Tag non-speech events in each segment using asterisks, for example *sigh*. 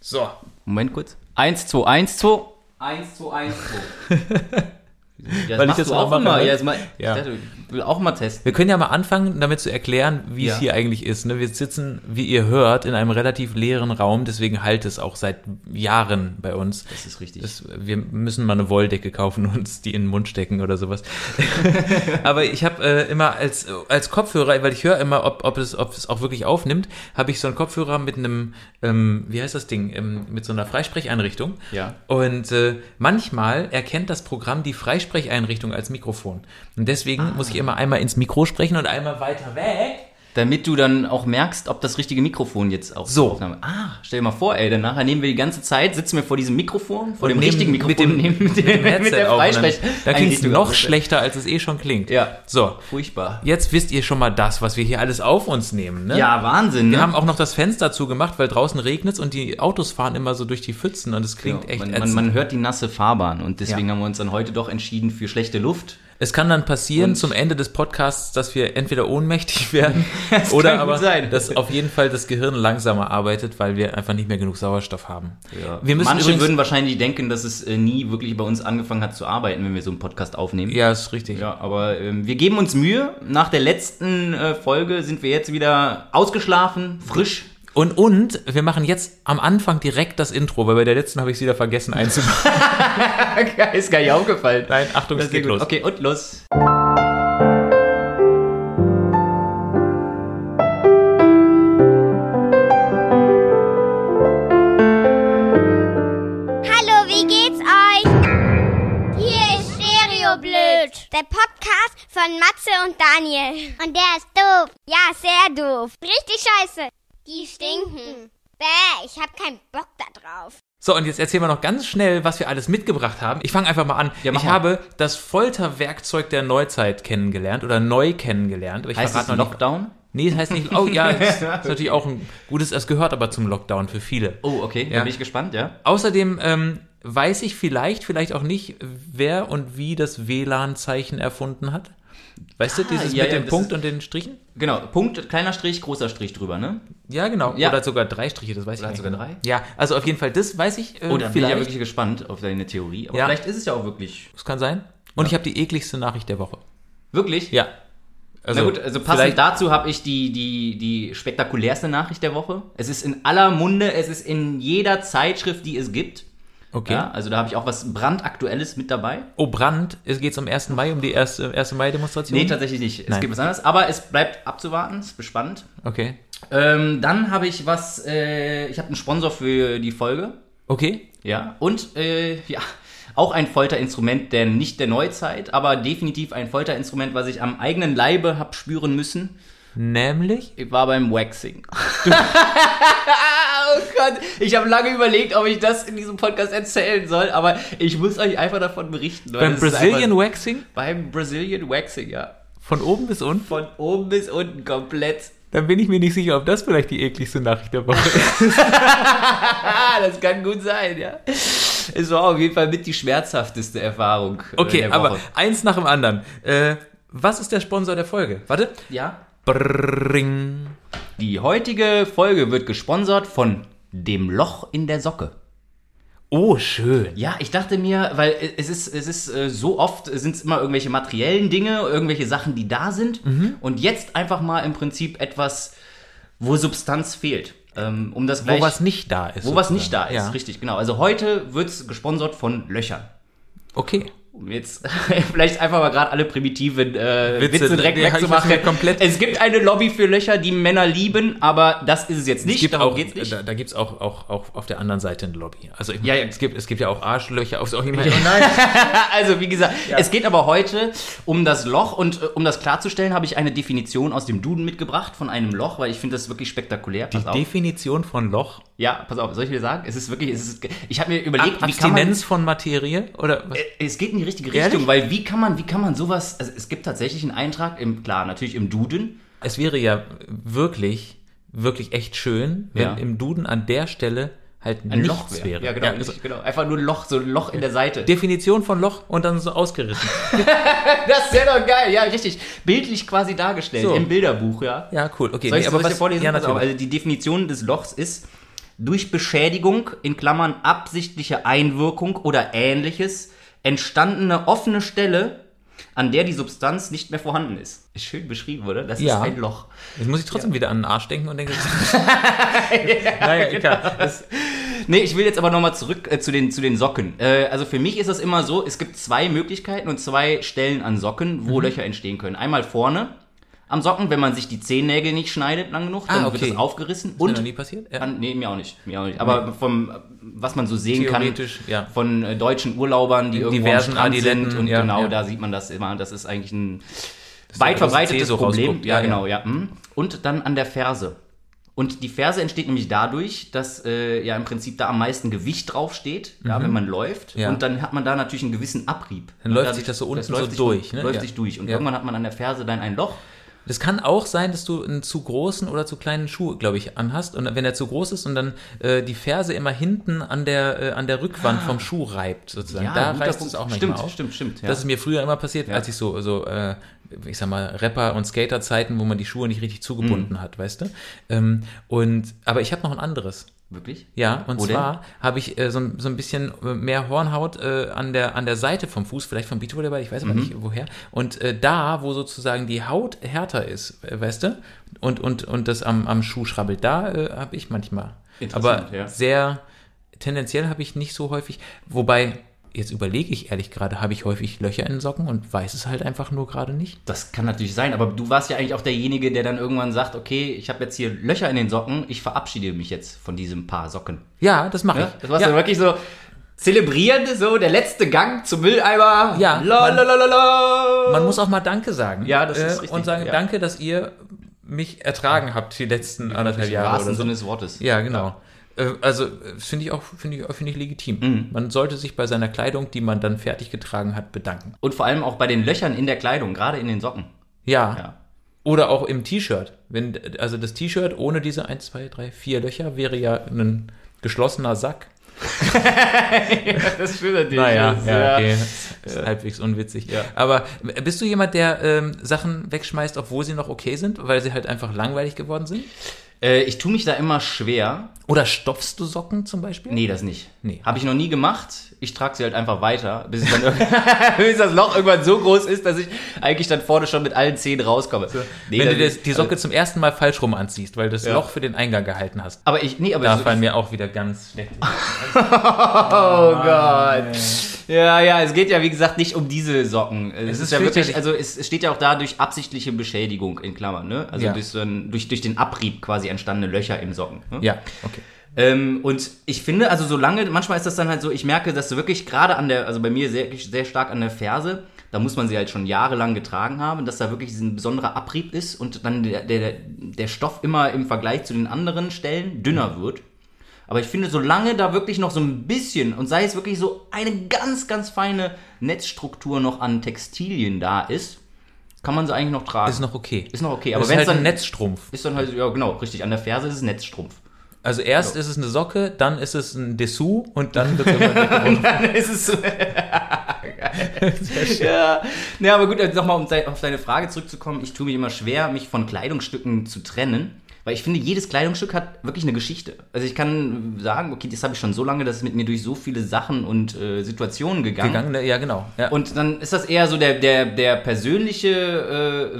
So. Moment kurz. 1, 2, 1, 2. 1, 2, 1, *laughs* 2. Das Weil machst ich das du auch, immer. ne? Ja, das mal, Ja. Ich dachte, ich will auch mal testen. Wir können ja mal anfangen, damit zu erklären, wie es Ja. hier eigentlich ist. Ne? Wir sitzen, wie ihr hört, in einem relativ leeren Raum, deswegen halt es auch seit Jahren bei uns. Das ist richtig. Das, wir müssen mal eine Wolldecke kaufen und uns die in den Mund stecken oder sowas. Aber ich habe äh, immer als, als Kopfhörer, weil ich höre immer, ob, ob, es, ob es auch wirklich aufnimmt, habe ich so einen Kopfhörer mit einem, ähm, wie heißt das Ding, ähm, mit so einer Freisprecheinrichtung. Ja. Und äh, manchmal erkennt das Programm die Freisprecheinrichtung als Mikrofon. Und deswegen Ah. muss ich immer einmal ins Mikro sprechen und einmal weiter weg. Damit du dann auch merkst, ob das richtige Mikrofon jetzt auch So. Aufnahme. Ah, stell dir mal vor, ey, dann nachher nehmen wir die ganze Zeit, sitzen wir vor diesem Mikrofon, vor Und dem nehmen- richtigen Mikrofon, mit dem- nehmen mit, dem, *laughs* mit Headset der auf und dann- Freisprech. Da klingt es Einrichtung noch auf. schlechter, als es eh schon klingt. Ja. So. Furchtbar. Jetzt wisst ihr schon mal das, was wir hier alles auf uns nehmen, ne? Ja, Wahnsinn, Wir ne? haben auch noch das Fenster zugemacht, weil draußen regnet und die Autos fahren immer so durch die Pfützen und es Genau, klingt echt man, man, ätzend. man hört die nasse Fahrbahn und deswegen Ja. haben wir uns dann heute doch entschieden für schlechte Luft. Es kann dann passieren Und- zum Ende des Podcasts, dass wir entweder *laughs* ohnmächtig *laughs* werden oder kann gut aber, sein. dass auf jeden Fall das Gehirn langsamer arbeitet, weil wir einfach nicht mehr genug Sauerstoff haben. Wir müssen Manche übrigens, würden wahrscheinlich denken, dass es äh, nie wirklich bei uns angefangen hat zu arbeiten, wenn wir so einen Podcast aufnehmen. ja, ist richtig. Ja, aber ähm, wir geben uns Mühe. Nach der letzten äh, Folge sind wir jetzt wieder ausgeschlafen, *laughs* frisch. Und, und wir machen jetzt am Anfang direkt das Intro, weil bei der letzten habe ich es wieder vergessen einzubauen. ist gar nicht aufgefallen. Nein, Achtung, *laughs* Das es geht gut. los. Okay, und los. Hallo, wie geht's euch? Hier ist Stereo Blöd. Der Podcast von Matze und Daniel. Und der ist doof. Ja, sehr doof. Richtig scheiße. Die stinken. Bäh, ich hab keinen Bock da drauf. So, und jetzt erzählen wir noch ganz schnell, was wir alles mitgebracht haben. Ich fange einfach mal an. Ja, mach ich mal. habe das Folterwerkzeug der Neuzeit kennengelernt oder neu kennengelernt. Aber ich Heißt es verrate noch nicht, Lockdown? Nee, das heißt nicht. *laughs* Oh ja, das ist natürlich auch ein gutes, es gehört aber zum Lockdown für viele. Oh, okay, da Ja. bin ich gespannt, ja. Außerdem ähm, weiß ich vielleicht, vielleicht auch nicht, wer und wie das WLAN-Zeichen erfunden hat. Weißt du, dieses Ah, ja, mit ja, dem das Punkt ist- und den Strichen? Genau, Punkt, kleiner Strich, großer Strich drüber, ne? Ja, genau. Ja. Oder sogar drei Striche, das weiß Oder ich hat nicht. sogar genau. drei? Ja, also auf jeden Fall, das weiß ich. Äh, Oh, da bin ich ja vielleicht. wirklich gespannt auf deine Theorie. Aber Ja. vielleicht ist es ja auch wirklich. Das kann sein. Und ich habe die ekligste Nachricht der Woche. Wirklich? Ja. Also, Na gut, also vielleicht- passend dazu habe ich die, die, die spektakulärste Nachricht der Woche. Es ist in aller Munde, es ist in jeder Zeitschrift, die es gibt. Okay. Ja, also da habe ich auch was brandaktuelles mit dabei. Oh, Brand, es geht zum 1. Mai, um die 1. 1. Mai-Demonstration? Nee, tatsächlich nicht. Es Nein. gibt was anderes, aber es bleibt abzuwarten, es ist spannend. Okay. Ähm, dann habe ich was, äh, ich habe einen Sponsor für die Folge. Okay. Ja, und äh, ja, auch ein Folterinstrument, der nicht der Neuzeit, aber definitiv ein Folterinstrument, was ich am eigenen Leibe hab spüren müssen. Nämlich? Ich war beim Waxing. *laughs* oh Gott, ich habe lange überlegt, ob ich das in diesem Podcast erzählen soll, aber ich muss euch einfach davon berichten. weil Beim das ist Brazilian einfach, Waxing? Beim Brazilian Waxing, ja. Von oben bis unten? Von oben bis unten komplett. *laughs* Dann bin ich mir nicht sicher, ob das vielleicht die ekligste Nachricht der Woche ist. Ah, das kann gut sein, ja. Es war auf jeden Fall mit die schmerzhafteste Erfahrung. äh, Okay, der aber Woche. eins nach dem anderen. Äh, was ist der Sponsor der Folge? Warte. Ja. Brrring. Die heutige Folge wird gesponsert von dem Loch in der Socke. Oh, schön. Ja, ich dachte mir, weil es ist, es ist äh, so oft, sind es immer irgendwelche materiellen Dinge, irgendwelche Sachen, die da sind. Mhm. Und jetzt einfach mal im Prinzip etwas, wo Substanz fehlt. Ähm, um das gleich, Wo was nicht da ist. wo was sozusagen. nicht da ist, Ja. richtig, genau. Also heute wird's gesponsert von Löchern. Okay. Um jetzt *laughs* vielleicht einfach mal gerade alle primitiven äh, Witze, Witze, direkt ja, ich wegzumachen. weiß mir komplett- Es gibt eine Lobby für Löcher, die Männer lieben, aber das ist es jetzt nicht. Es gibt darum auch, geht's nicht. Da, da gibt es auch, auch, auch auf der anderen Seite eine Lobby. Also ich, Ja, Oh ja. Es, gibt, es gibt ja auch Arschlöcher auf so jemand. *laughs* Also, wie gesagt, es geht aber heute um das Loch und äh, um das klarzustellen, habe ich eine Definition aus dem Duden mitgebracht von einem Loch, weil ich finde das wirklich spektakulär. Pass auf. Definition von Loch. Ja, pass auf, soll ich dir sagen? Es ist wirklich, es ist, ich habe mir überlegt, wie kann man, äh, Abstinenz von Materie? Oder was? es geht in die richtige Ehrlich? Richtung, weil wie kann man, wie kann man sowas, also es gibt tatsächlich einen Eintrag im, klar, natürlich im Duden, Es wäre ja wirklich, wirklich echt schön, wenn Ja. im Duden an der Stelle halt ein nichts Loch wäre. wäre. Ja, genau, also nicht, genau. Einfach nur ein Loch, so ein Loch in der Seite. *laughs* Definition von Loch und dann so ausgerissen. Das ist ja doch geil, ja, richtig. Bildlich quasi dargestellt So. im Bilderbuch, ja. Ja, cool. Okay, Soll ich, nee, soll ich dir was, vorlesen? ja, Pass auf, natürlich. also die Definition des Lochs ist durch Beschädigung in Klammern absichtliche Einwirkung oder ähnliches entstandene offene Stelle, an der die Substanz nicht mehr vorhanden ist. Ist schön beschrieben, oder? Das Ja. ist ein Loch. Jetzt muss ich trotzdem wieder an den Arsch denken *laughs* und denke, *laughs* naja, egal. Das, Nee, ich will jetzt aber nochmal zurück äh, zu, den, zu den Socken. Äh, also für mich ist das immer so, es gibt zwei Möglichkeiten und zwei Stellen an Socken, Mhm. wo Löcher entstehen können. Einmal vorne am Socken, wenn man sich die Zehennägel nicht schneidet lang genug, dann Ah, wird okay. das aufgerissen. und und noch nie passiert? Ja. an, nee, mir auch nicht. Mir auch nicht. Aber vom, äh, was man so sehen kann, Theoretisch, ja. von äh, deutschen Urlaubern, die irgendwo diversen am Strand Adiletten, sind und ja, genau ja. da sieht man das immer. Das ist eigentlich ein weit da das Zeh verbreitetes so Problem. rausguckt. Ja, Ja, genau, ja. mhm. Und dann an der Ferse. Und die Ferse entsteht nämlich dadurch, dass äh, ja im Prinzip da am meisten Gewicht draufsteht, ja, wenn man läuft. Mhm. Ja. Und dann hat man da natürlich einen gewissen Abrieb. Dann Und läuft dadurch- sich das so unten läuft so sich- durch, ne? Läuft Ja. sich durch. Und Ja. irgendwann hat man an der Ferse dann ein Loch. Das kann auch sein, dass du einen zu großen oder zu kleinen Schuh, glaube ich, anhast. Und wenn er zu groß ist und dann äh, die Ferse immer hinten an der, äh, an der Rückwand vom Schuh reibt, sozusagen. da Ah. guter reißt Punkt. es auch manchmal Stimmt, auf. stimmt, stimmt. ja. Das ist mir früher immer passiert, als ich so, so äh, ich sag mal, Rapper- und Skater-Zeiten, wo man die Schuhe nicht richtig Mhm. zugebunden hat, weißt du? Ähm, und, aber ich habe noch ein anderes. Wirklich? Ja, und Wo denn? zwar habe ich äh, so, ein- so ein bisschen äh, mehr Hornhaut äh, an, der, an der Seite vom Fuß, vielleicht vom Beachvolleyball, ich weiß Mhm. aber nicht woher. Und äh, da, wo sozusagen die Haut härter ist, äh, weißt du, und, und, und das am, am Schuh schrabbelt, da äh, habe ich manchmal. Interessant, Aber ja. sehr tendenziell habe ich nicht so häufig, wobei, jetzt überlege ich ehrlich gerade, habe ich häufig Löcher in Socken und weiß es halt einfach nur gerade nicht. Das kann natürlich sein, aber du warst ja eigentlich auch derjenige, der dann irgendwann sagt, okay, ich habe jetzt hier Löcher in den Socken, ich verabschiede mich jetzt von diesem Paar Socken. Ja, das mache Ja? ich. Das war ja. dann wirklich so zelebrierend, so der letzte Gang zum Mülleimer. Ja, La, man- la, la, la, la. Man muss auch mal Danke sagen. äh, Ja, das ist richtig, Und sagen, ja. danke, dass ihr mich ertragen habt die letzten anderthalb im Jahre wahrsten oder so. Sinne des Wortes. Ja, genau. Äh, Also äh, finde ich auch finde ich, finde ich legitim. Mhm. Man sollte sich bei seiner Kleidung, die man dann fertig getragen hat, bedanken. Und vor allem auch bei den Löchern in der Kleidung, gerade in den *laughs* Socken. Ja. Ja. Oder auch im T-Shirt. Wenn also das T-Shirt ohne diese 1 2 3 4 Löcher wäre ja ein geschlossener Sack. Das fühlt natürlich. ja, okay. Ist halbwegs unwitzig. Aber äh, bist du jemand, der ähm, Sachen wegschmeißt, obwohl sie noch okay sind, weil sie halt einfach langweilig geworden sind? Äh, ich tue mich da immer schwer. Oder stopfst du Socken zum Beispiel? Nee, das nicht. Nee. Habe ich noch nie gemacht. Ich trage sie halt einfach weiter, bis, es dann irgend- *laughs* bis das Loch irgendwann so groß ist, dass ich eigentlich dann vorne schon mit allen Zehen rauskomme. Nee, Also, Wenn das du dir nicht. die Socke zum ersten Mal falsch rum anziehst, weil das Ja. Loch für den Eingang gehalten hast. Aber ich, Ah. nee, aber Da so, fallen mir auch wieder ganz schlechte. oh Ah, Gott. Ja, ja, es geht ja wie gesagt nicht um diese Socken. Es, ist, ist ja wirklich, fürchterlich. also es es steht ja auch da durch absichtliche Beschädigung in Klammern, ne? Also Ja. durch, so ein, durch, durch den Abrieb quasi entstandene Löcher im Socken. Ne? Ja, okay. Ähm, und ich finde, also solange, manchmal ist das dann halt so, ich merke, dass du wirklich gerade an der, also bei mir sehr, sehr stark an der Ferse, da muss man sie halt schon jahrelang getragen haben, dass da wirklich ein besonderer Abrieb ist und dann der, der, der Stoff immer im Vergleich zu den anderen Stellen Mhm. dünner wird. Aber ich finde, solange da wirklich noch so ein bisschen, und sei es wirklich so eine ganz, ganz feine Netzstruktur noch an Textilien da ist, kann man sie eigentlich noch tragen. Ist noch okay. Ist noch okay, aber aber ist wenn es halt ein dann, Netzstrumpf. ist dann halt, ja genau, richtig, an der Ferse ist es Netzstrumpf. Also erst ist es eine Socke, dann ist es ein Dessous und dann wird es *laughs* immer Es ist so. *laughs* ja. ja, aber gut, also nochmal, um de- auf deine Frage zurückzukommen. Ich tue mich immer schwer, mich von Kleidungsstücken zu trennen, weil ich finde, jedes Kleidungsstück hat wirklich eine Geschichte. Also ich kann sagen, okay, das habe ich schon so lange, das ist mit mir durch so viele Sachen und äh, Situationen gegangen. gegangen. ne? Ja, genau. Ja. Und dann ist das eher so der, der, der persönliche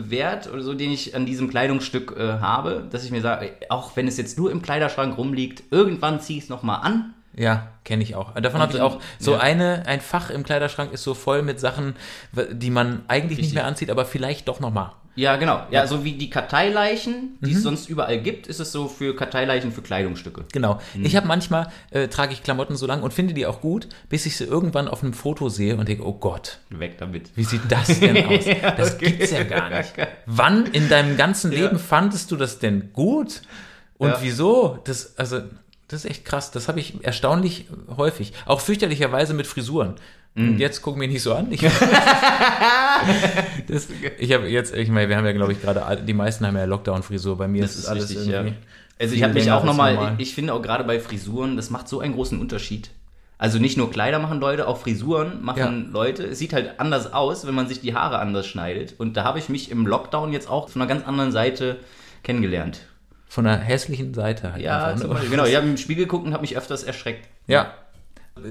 äh, Wert oder so, den ich an diesem Kleidungsstück äh, habe, dass ich mir sage, auch wenn es jetzt nur im Kleiderschrank rumliegt, irgendwann ziehe ich es nochmal an Ja, kenne ich auch. Davon habe ich dann- auch so ja. eine, ein Fach im Kleiderschrank ist so voll mit Sachen, w- die man eigentlich nicht Richtig. mehr anzieht, aber vielleicht doch nochmal. Ja, genau. Ja, Mhm. so wie die Karteileichen, die es sonst überall gibt, ist es so für Karteileichen für Kleidungsstücke. Genau. Mhm. Ich habe manchmal, äh, trage ich Klamotten so lang und finde die auch gut, bis ich sie irgendwann auf einem Foto sehe und denke, oh Gott, Weg damit. Wie sieht das *laughs* denn aus? Das gibt's ja gar nicht. Wann in deinem ganzen Leben fandest du das denn gut? Und Ja. wieso? Das, also, das ist echt krass. Das habe ich erstaunlich häufig. Auch fürchterlicherweise mit Frisuren. Mhm. Und jetzt gucken wir nicht so *laughs* an. Ich, das, ich habe jetzt, ich meine, wir haben ja, glaube ich, gerade, alle- die meisten haben ja Lockdown-Frisur. Bei mir Das ist alles richtig, ja. irgendwie- Also ich viel habe mich länger auch als nochmal, normal. ich, ich finde auch gerade bei Frisuren, das macht so einen großen Unterschied. Also nicht nur Kleider machen Leute, auch Frisuren machen Ja. Leute. Es sieht halt anders aus, wenn man sich die Haare anders schneidet. Und da habe ich mich im Lockdown jetzt auch von einer ganz anderen Seite kennengelernt. Von einer hässlichen Seite halt. Ja, einfach, zum ne? Beispiel. genau. Ich habe im Spiegel geguckt und habe mich öfters erschreckt. Ja.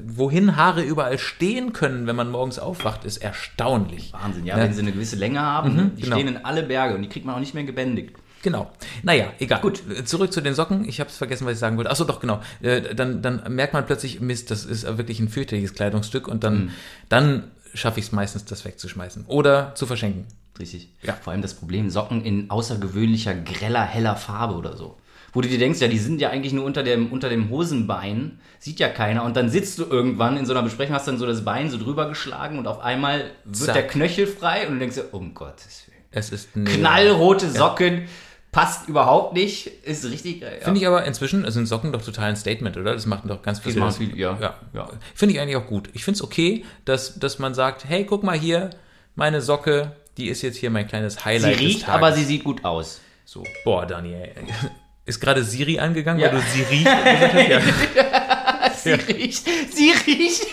Wohin Haare überall stehen können, wenn man morgens aufwacht, ist erstaunlich. Ne? Wahnsinn, ja, wenn sie eine gewisse Länge haben, ne? die genau. stehen in alle Berge und die kriegt man auch nicht mehr gebändigt. Genau. Naja, egal. Gut. Zurück zu den Socken. Ich habe es vergessen, was ich sagen wollte. Achso, doch, genau. Äh, Dann, dann merkt man plötzlich, Mist, das ist wirklich ein fürchterliches Kleidungsstück und Mhm. dann, dann schaffe ich es meistens, das wegzuschmeißen oder zu verschenken. Richtig. Ja. Vor allem das Problem, Socken in außergewöhnlicher, greller, heller Farbe oder so. Wo du dir denkst, ja, die sind ja eigentlich nur unter dem, unter dem Hosenbein, sieht ja keiner. Und dann sitzt du irgendwann in so einer Besprechung, hast dann so das Bein so drüber geschlagen und auf einmal wird Zack. der Knöchel frei und du denkst dir, um Gottes Willen. Es ist ein Knallrote Socken, passt überhaupt nicht, ist richtig geil. Ja. Finde ich aber inzwischen also sind Socken doch total ein Statement, oder? Das macht doch ganz viele. machen viel, ja. ja. Ja. Finde ich eigentlich auch gut. Ich finde es okay, dass, dass man sagt, hey, guck mal hier, meine Socke, die ist jetzt hier mein kleines sie Highlight des riecht, Tages. aber sie sieht gut *laughs* aus. So. Boah, Daniel. Ist gerade Siri angegangen, Ja. weil du Siri *laughs* gesagt hast? Ja. Sie riecht, sie riecht.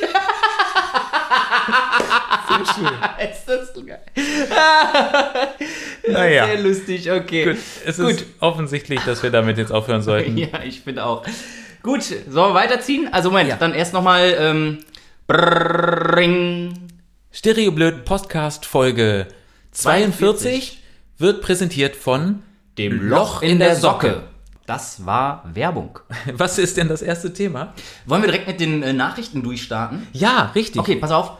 *laughs* ist das geil. Naja. Sehr lustig, okay. Gut, es ist offensichtlich, dass wir damit jetzt aufhören sollten. *laughs* Ja, ich finde auch. Gut, sollen wir weiterziehen? Also Moment, dann erst nochmal ähm, Brrrring. Stereoblöd Podcast Folge 42 wird präsentiert von *laughs* dem Loch in der Socke. Das war Werbung. Was ist denn das erste Thema? Wollen wir direkt mit den äh, Nachrichten durchstarten? Ja, richtig. Okay, pass auf.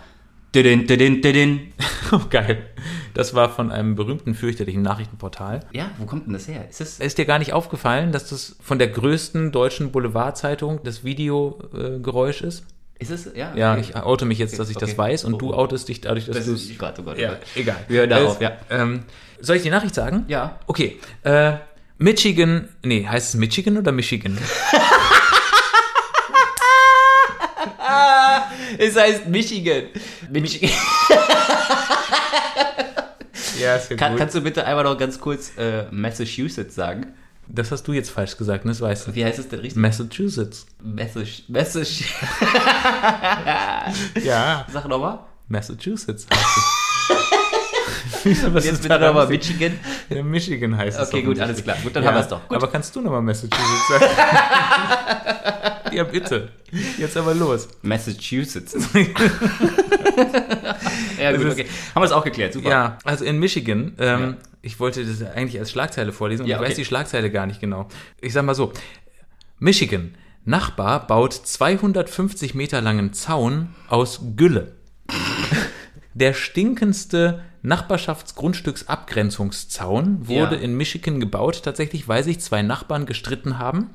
Didin, didin, didin. *laughs* Oh, geil. Das war von einem berühmten fürchterlichen Nachrichtenportal. Ja, wo kommt denn das her? Ist das Ist dir gar nicht aufgefallen, dass das von der größten deutschen Boulevardzeitung das Videogeräusch äh, Geräusch ist? ist es ja? Ja, okay. ich oute mich jetzt, dass ich das okay. Oh. weiß und du outest dich dadurch, dass das du ist Gott, oh Gott, oh Ja, Gott. egal. Wir hören darauf, Also, ja. Ähm, soll ich die Nachricht sagen? Ja. Okay. Äh, Michigan, nee, heißt es Michigan *laughs* oder Michigan? Es heißt Michigan. Michigan. Ja, ist *laughs* ja Kann, kannst du bitte einmal noch ganz kurz äh, Massachusetts sagen? Das hast du jetzt falsch gesagt, ne? das weißt du. Wie heißt es denn richtig? Massachusetts. Message. Message. Ja. Sag nochmal. Massachusetts *laughs* heißt es. Was Jetzt ist bitte daran nochmal witzig? Michigan. Ja, Michigan heißt es. Okay, gut, alles offensichtlich. klar. Gut, dann haben wir es doch. Gut. Aber kannst du nochmal *laughs* Massachusetts sagen? ja, bitte. Jetzt aber los. *laughs* Massachusetts. ja, gut, ist- okay. Haben wir es auch geklärt, super. Ja, also in Michigan, ähm, Ja. ich wollte das eigentlich als Schlagzeile vorlesen, und Ja, ich weiß okay. die Schlagzeile gar nicht genau. Ich sag mal so, Michigan, Nachbar baut 250 Meter langen Zaun aus Gülle. Der stinkendste Nachbarschaftsgrundstücksabgrenzungszaun wurde Ja. in Michigan gebaut, tatsächlich, weil sich zwei Nachbarn gestritten haben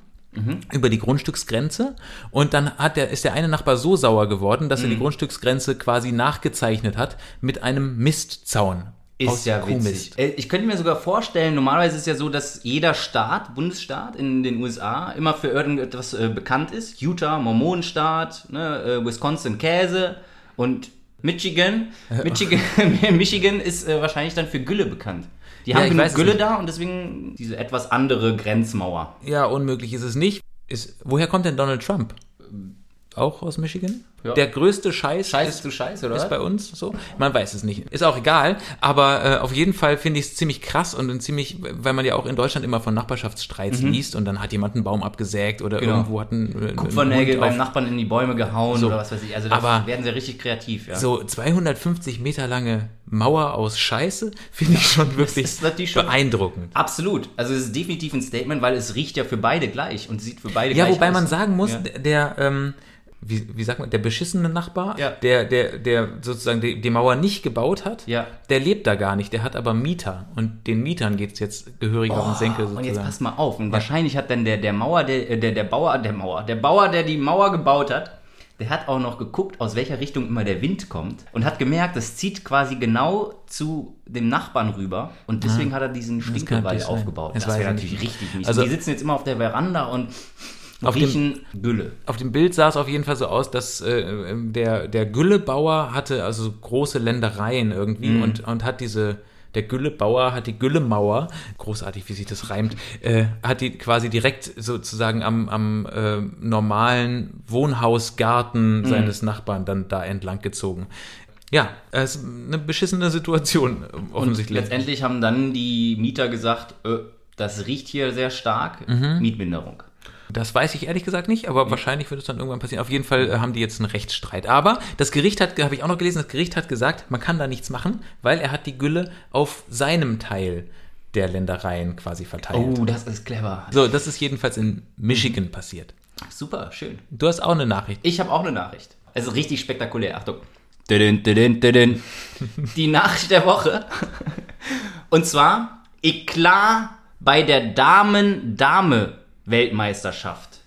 über die Grundstücksgrenze und dann hat der, ist der eine Nachbar so sauer geworden, dass er Mhm. die Grundstücksgrenze quasi nachgezeichnet hat mit einem Mistzaun. Ist aus ja witzig. Kuhmist. Äh, Ich könnte mir sogar vorstellen, normalerweise ist es ja so, dass jeder Staat, Bundesstaat in den USA immer für irgendetwas äh, bekannt ist. Utah, Mormonenstaat, ne, äh, Wisconsin, Käse und Michigan. Michigan, *laughs* Michigan ist äh, wahrscheinlich dann für Gülle bekannt. Die Ja, haben ich weiß genug Gülle es nicht. da und deswegen diese etwas andere Grenzmauer. Ja, unmöglich ist es nicht. Ist, woher kommt denn Donald Trump? Auch aus Michigan? Ähm. Ja. Der größte Scheiß, Scheiß zu Scheiß, oder? ist bei uns so. Man weiß es nicht. Ist auch egal. Aber äh, auf jeden Fall finde ich es ziemlich krass und ein ziemlich, weil man ja auch in Deutschland immer von Nachbarschaftsstreits liest und dann hat jemand einen Baum abgesägt oder Mhm. Genau. irgendwo hat ein, äh, ein Kupfernägel Hund beim auf- Nachbarn in die Bäume gehauen oder was weiß ich. Also da Aber- werden sie richtig kreativ, ja. So 250 Meter lange Mauer aus Scheiße finde ich *laughs* schon wirklich ist natürlich schon- beeindruckend. Absolut. Also es ist definitiv ein Statement, weil es riecht ja für beide gleich und sieht für beide Ja, gleich wobei aus. man sagen muss, Ja. d- der, ähm, wie, wie sagt man, der beschissene Nachbar, Ja. der, der, der sozusagen die, die Mauer nicht gebaut hat, Ja. der lebt da gar nicht, der hat aber Mieter und den Mietern geht es jetzt gehörig auf den Senkel sozusagen. Und jetzt pass mal auf. Und wahrscheinlich hat dann der, der Mauer, der, äh, der, der Bauer, der Mauer, der Bauer, der die Mauer gebaut hat, der hat auch noch geguckt, aus welcher Richtung immer der Wind kommt und hat gemerkt, es zieht quasi genau zu dem Nachbarn rüber und deswegen hat er diesen Ah. kann Stinkerwald natürlich sein. aufgebaut. Das Das, weiß wäre ich nicht. natürlich richtig mies. Also- Also, die sitzen jetzt immer auf der Veranda und Auf dem- riechen Gülle. auf dem Bild sah es auf jeden Fall so aus, dass äh, der, der Güllebauer hatte also große Ländereien irgendwie und, und hat diese, der Güllebauer hat die Güllemauer, großartig, wie sich das reimt, äh, hat die quasi direkt sozusagen am, am äh, normalen Wohnhausgarten seines Nachbarn dann da entlang gezogen. Ja, es ist eine beschissene Situation äh, Und offensichtlich. letztendlich haben dann die Mieter gesagt, äh, Das riecht hier sehr stark. Mhm. Mietminderung. Das weiß ich ehrlich gesagt nicht, aber wahrscheinlich wird es dann irgendwann passieren. Auf jeden Fall äh, haben die jetzt einen Rechtsstreit. Aber das Gericht hat, habe ich auch noch gelesen, das Gericht hat gesagt, man kann da nichts machen, weil er hat die Gülle auf seinem Teil der Ländereien quasi verteilt. Oh, das ist clever. So, das ist jedenfalls in Michigan passiert. Super, schön. Du hast auch eine Nachricht. Ich habe auch eine Nachricht. Es ist richtig spektakulär. Achtung. Didin, didin, didin. *laughs* Die Nachricht der Woche. Und zwar Eklat bei der Damen-Dame-Weltmeisterschaft.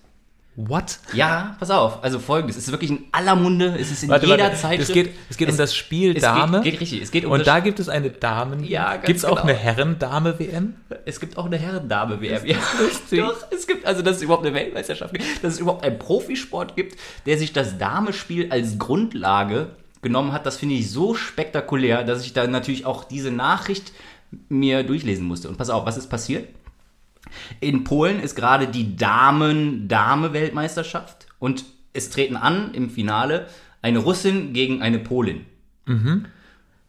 What? Ja, pass auf. Also folgendes. Es ist wirklich in aller Munde. Es ist in Warte, jeder warte. Zeitschrift. Es geht, es geht um das Spiel es Dame. Geht, geht richtig. Es geht um und das da gibt es eine Damen. Ja, ganz Gibt es auch genau. eine Herren-Dame-WM? Es gibt auch eine Herrendame-WM. Ja, *laughs* doch, es gibt, also dass es überhaupt eine Weltmeisterschaft gibt, dass es überhaupt einen Profisport gibt, der sich das Damespiel als Grundlage genommen hat, das finde ich so spektakulär, dass ich da natürlich auch diese Nachricht mir durchlesen musste. Und pass auf, was ist passiert? In Polen ist gerade die Damen-Dame-Weltmeisterschaft und es treten an im Finale eine Russin gegen eine Polin.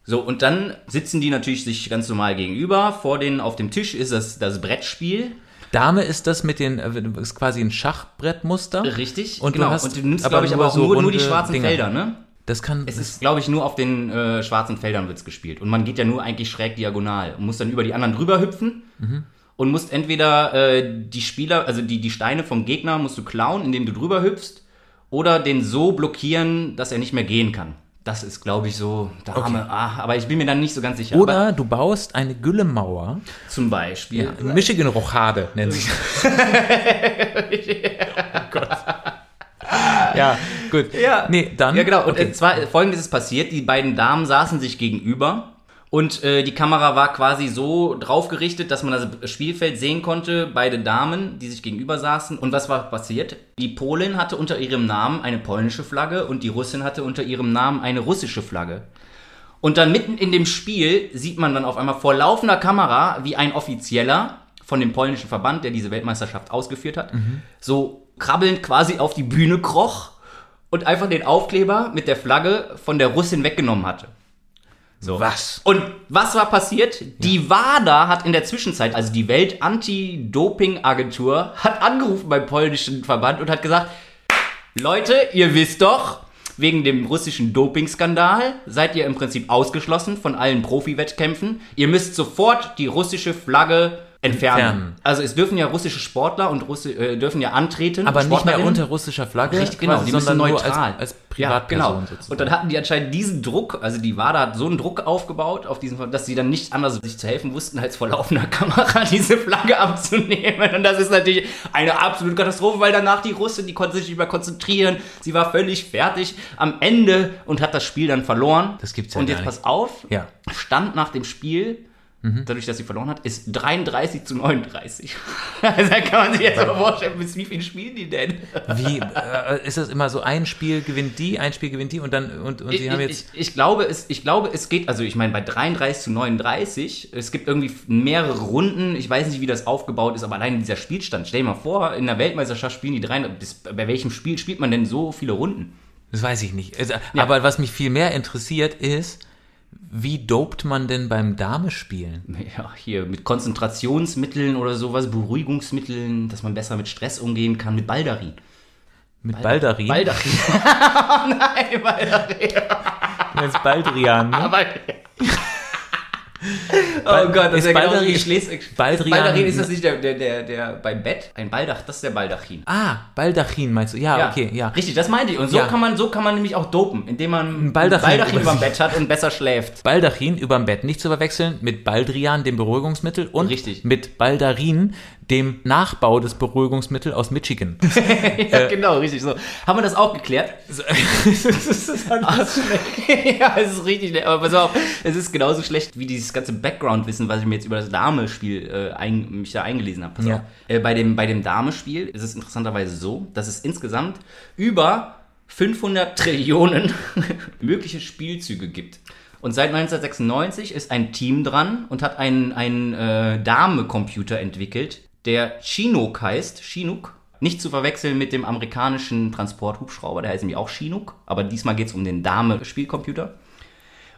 So, und dann sitzen die natürlich sich ganz normal gegenüber. Vor denen auf dem Tisch ist das, das Brettspiel. Dame ist das mit den, äh, ist quasi ein Schachbrettmuster. Richtig, Und genau. du hast und du nimmst, aber glaube ich, aber nur auch so nur, nur die runde schwarzen Dinger. Felder, ne? Das kann. Es ist, glaube ich, nur auf den äh, schwarzen Feldern wird's gespielt. Und man geht ja nur eigentlich schräg diagonal und muss dann über die anderen drüber hüpfen und musst entweder äh, die Spieler, also die, die Steine vom Gegner musst du klauen, indem du drüber hüpfst, oder den so blockieren, dass er nicht mehr gehen kann. Das ist, glaube ich, so Dame. Ah, aber ich bin mir dann nicht so ganz sicher. aber oder du baust eine Güllemauer. zum Beispiel. Michigan-Rochade nennt sich das. oh Gott. *laughs* Ja, gut. Ja. Nee, dann. Ja, genau. Und okay. äh, zwar äh, folgendes ist passiert: Die beiden Damen saßen sich gegenüber und äh, die Kamera war quasi so draufgerichtet, dass man das Spielfeld sehen konnte. Beide Damen, die sich gegenüber saßen. Und was war passiert? Die Polin hatte unter ihrem Namen eine polnische Flagge und die Russin hatte unter ihrem Namen eine russische Flagge. Und dann mitten in dem Spiel sieht man dann auf einmal vor laufender Kamera, wie ein Offizieller von dem polnischen Verband, der diese Weltmeisterschaft ausgeführt hat, Mhm. so krabbelnd quasi auf die Bühne kroch und einfach den Aufkleber mit der Flagge von der Russin weggenommen hatte. so. Was? Und was war passiert? Die WADA hat in der Zwischenzeit, also die Welt-Anti-Doping-Agentur, hat angerufen beim polnischen Verband und hat gesagt, Leute, ihr wisst doch, wegen dem russischen Doping-Skandal seid ihr im Prinzip ausgeschlossen von allen Profi-Wettkämpfen. Ihr müsst sofort die russische Flagge entfernen. Entfernen. Also es dürfen ja russische Sportler und Russi äh, dürfen ja antreten. Aber nicht mehr Sportlerinnen. unter russischer Flagge, Richtig, genau, die müssen nur neutral. Als, als Privatperson genau. sozusagen. Und dann hatten die anscheinend diesen Druck, also die WADA hat so einen Druck aufgebaut, auf diesen, dass sie dann nicht anders sich zu helfen wussten, als vor laufender *laughs* Kamera diese Flagge abzunehmen. Und das ist natürlich eine absolute Katastrophe, weil danach die Russin, die konnte sich nicht mehr konzentrieren, sie war völlig fertig am Ende und hat das Spiel dann verloren. Das gibt's ja Und gar jetzt nicht. pass auf, Ja. Mhm. Stand nach dem Spiel. Dadurch, dass sie verloren hat, ist 33 zu 39. *laughs* Also da kann man sich jetzt aber vorstellen, bis wie viel spielen die denn? Wie äh, ist das immer so? Ein Spiel gewinnt die, ein Spiel gewinnt die und dann und, und Ich, sie haben ich, jetzt ich, ich, glaube, es, ich glaube, es geht, also ich meine, bei 33 zu 39, es gibt irgendwie mehrere Runden, ich weiß nicht, wie das aufgebaut ist, aber allein dieser Spielstand, stell dir mal vor, in der Weltmeisterschaft spielen die drei, bis, bei welchem Spiel spielt man denn so viele Runden? *laughs* das weiß ich nicht. Also, Aber was mich viel mehr interessiert ist, wie dopt man denn beim Damespielen? Ja, hier mit Konzentrationsmitteln oder sowas, Beruhigungsmitteln, dass man besser mit Stress umgehen kann, mit *laughs* Baldarin. Mit Baldarin? Baldarin. Nein, Baldarin. Das *laughs* ist Baldrian, ne? Aber, oh Gott, das Ist ist ja genau Baldarin- wie ich lese. Baldrian- Baldarin ist das nicht der, der, der, der beim Bett? Ein Baldach, das ist der Baldachin. Ah, Baldachin meinst du? Ja, Ah, okay, ja. Richtig, das meinte ich. Und so, Ja. kann man, so kann man nämlich auch dopen, indem man einen Baldachin über überm sich. Bett hat und besser *laughs* schläft. Baldachin überm Bett nicht zu verwechseln mit Baldrian, dem Beruhigungsmittel, und Richtig. mit Baldarin, dem Nachbau des Beruhigungsmittels *laughs* aus Michigan. ja, genau, richtig so. Haben wir das auch geklärt? *laughs* ja, es ist richtig, schlecht, aber pass auf, es ist genauso schlecht wie dieses ganze Background-Wissen, was ich mir jetzt über das Dame-Spiel äh, ein, mich da eingelesen habe. Pass Ja. auf. Äh, bei dem, bei dem Dame-Spiel ist es interessanterweise so, dass es insgesamt über 500 Trillionen *laughs* mögliche Spielzüge gibt. Und seit 1996 ist ein Team dran und hat einen, einen äh, Dame-Computer entwickelt, der Chinook heißt. Chinook. Nicht zu verwechseln mit dem amerikanischen Transporthubschrauber, der heißt nämlich auch Chinook. Aber diesmal geht es um den Dame-Spielcomputer.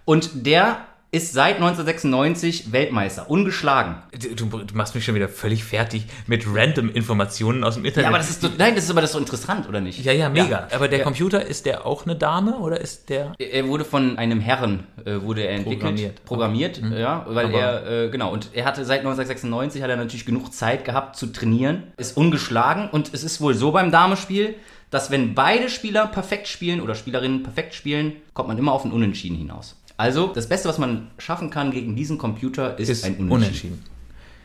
Und der ist seit 1996 Weltmeister, ungeschlagen. Du, du machst mich schon wieder völlig fertig mit random Informationen aus dem Internet. Ja, aber das ist so, nein, das ist aber das ist so interessant, oder nicht? ja, ja, mega. Aber der Computer, ist der auch eine Dame oder ist der. Er wurde von einem Herren äh, wurde er entwickelt, Programmiert. Mhm. programmiert, ja, weil Aber- er äh, genau und er hatte seit 1996 hat er natürlich genug Zeit gehabt zu trainieren, ist ungeschlagen und es ist wohl so beim Damespiel, dass wenn beide Spieler perfekt spielen oder Spielerinnen perfekt spielen, kommt man immer auf ein Unentschieden hinaus. Also das Beste, was man schaffen kann gegen diesen Computer, ist, Ist ein unentschieden. Unentschieden.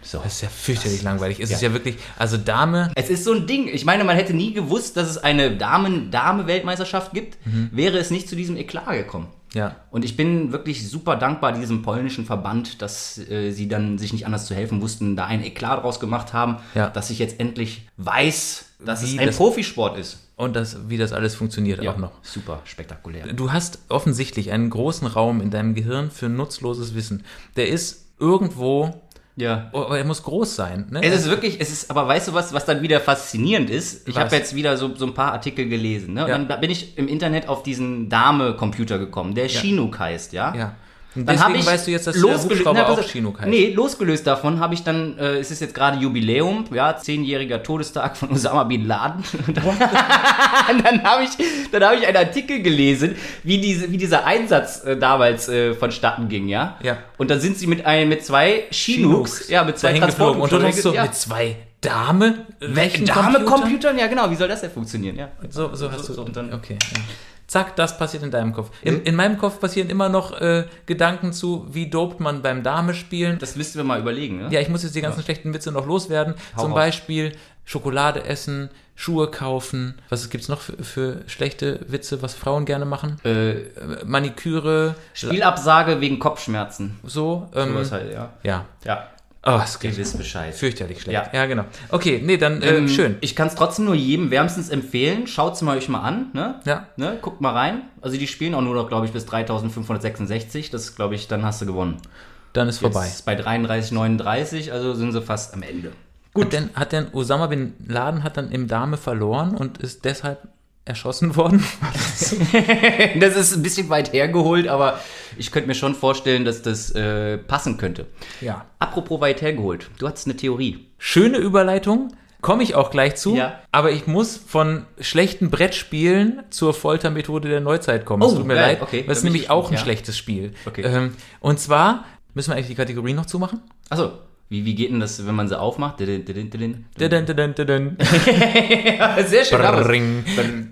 So. Das ist ja fürchterlich langweilig. Es ja. ist ja wirklich. Also, Dame. Es ist so ein Ding. Ich meine, man hätte nie gewusst, dass es eine Damen-Dame-Weltmeisterschaft gibt, Mhm. wäre es nicht zu diesem Eklat gekommen. Ja. Und ich bin wirklich super dankbar diesem polnischen Verband, dass äh, sie dann sich nicht anders zu helfen wussten, da ein Eklat draus gemacht haben, Ja. dass ich jetzt endlich weiß, dass Wie es ein das- Profisport ist. Und das, wie das alles funktioniert auch noch. Super spektakulär. Du hast offensichtlich einen großen Raum in deinem Gehirn für nutzloses Wissen. Der ist irgendwo. Ja. Oh, aber er muss groß sein. Ne? Es ist wirklich, es ist, aber weißt du was, was dann wieder faszinierend ist? Ich Was? habe jetzt wieder so, so ein paar Artikel gelesen, ne? Und Ja. dann da bin ich im Internet auf diesen Dame-Computer gekommen, der Chinook heißt, ja? ja. Und Dann deswegen hab ich weißt du jetzt, dass der losgelö- Na, Hubschrauber pass auch auf. Chinook heißt. Nee, losgelöst davon habe ich dann, äh, es ist jetzt gerade Jubiläum, ja, zehnjähriger Todestag von Osama Bin Laden. *laughs* Und dann, und dann habe ich, dann habe ich einen Artikel gelesen, wie diese, wie dieser Einsatz äh, damals äh, vonstatten ging, ja. Ja. Und dann sind sie mit ein, mit zwei Chinooks, ja, mit zwei dahin geflogen. Und du denkst so, ja. mit zwei Dame? Welchen Computer? Dame-Computern, ja genau, wie soll das denn funktionieren, ja. So, so hast du. so, und dann- Hm? okay. ja. Zack, das passiert in deinem Kopf. In, in meinem Kopf passieren immer noch äh, Gedanken zu, wie dopt man beim Dame spielen. Das müssten wir mal überlegen, ne? Ja, ich muss jetzt die ganzen schlechten Witze noch loswerden. Zum raus. Beispiel Schokolade essen, Schuhe kaufen. Was gibt's noch für, für schlechte Witze, was Frauen gerne machen? Äh, Äh, Maniküre, Spielabsage wegen Kopfschmerzen. so. Ähm, Sowas halt, ja. ja. Ja. Oh, es Ihr geht wisst Bescheid. fürchterlich schlecht. Ja. Ja. genau. Okay, nee, dann äh, Ähm, schön. Ich kann es trotzdem nur jedem wärmstens empfehlen. Schaut's mal euch mal an. Ne? Ja. Ne? Guckt mal rein. Also die spielen auch nur noch, glaube ich, bis 3566. Das glaube ich, dann hast du gewonnen. Dann ist vorbei. Jetzt ist bei 33,39, also sind sie fast am Ende. Gut, denn hat denn Osama bin Laden hat dann im Dame verloren und ist deshalb erschossen *laughs* worden? *laughs* das ist ein bisschen weit hergeholt, aber ich könnte mir schon vorstellen, dass das äh, passen könnte. Ja. Apropos weit hergeholt. Du hattest eine Theorie. Schöne Überleitung, komme ich auch gleich zu, Ja. aber ich muss von schlechten Brettspielen zur Foltermethode der Neuzeit kommen. es Oh, tut mir geil, leid, okay, da das ist bin ich nämlich gespannt, auch ein ja. schlechtes Spiel. Okay. Ähm, und zwar, müssen wir eigentlich die Kategorie noch zumachen? Achso. Wie, wie geht denn das, wenn man sie aufmacht? Didin, didin, didin. Didin, didin, didin. Sehr schön. Brrring.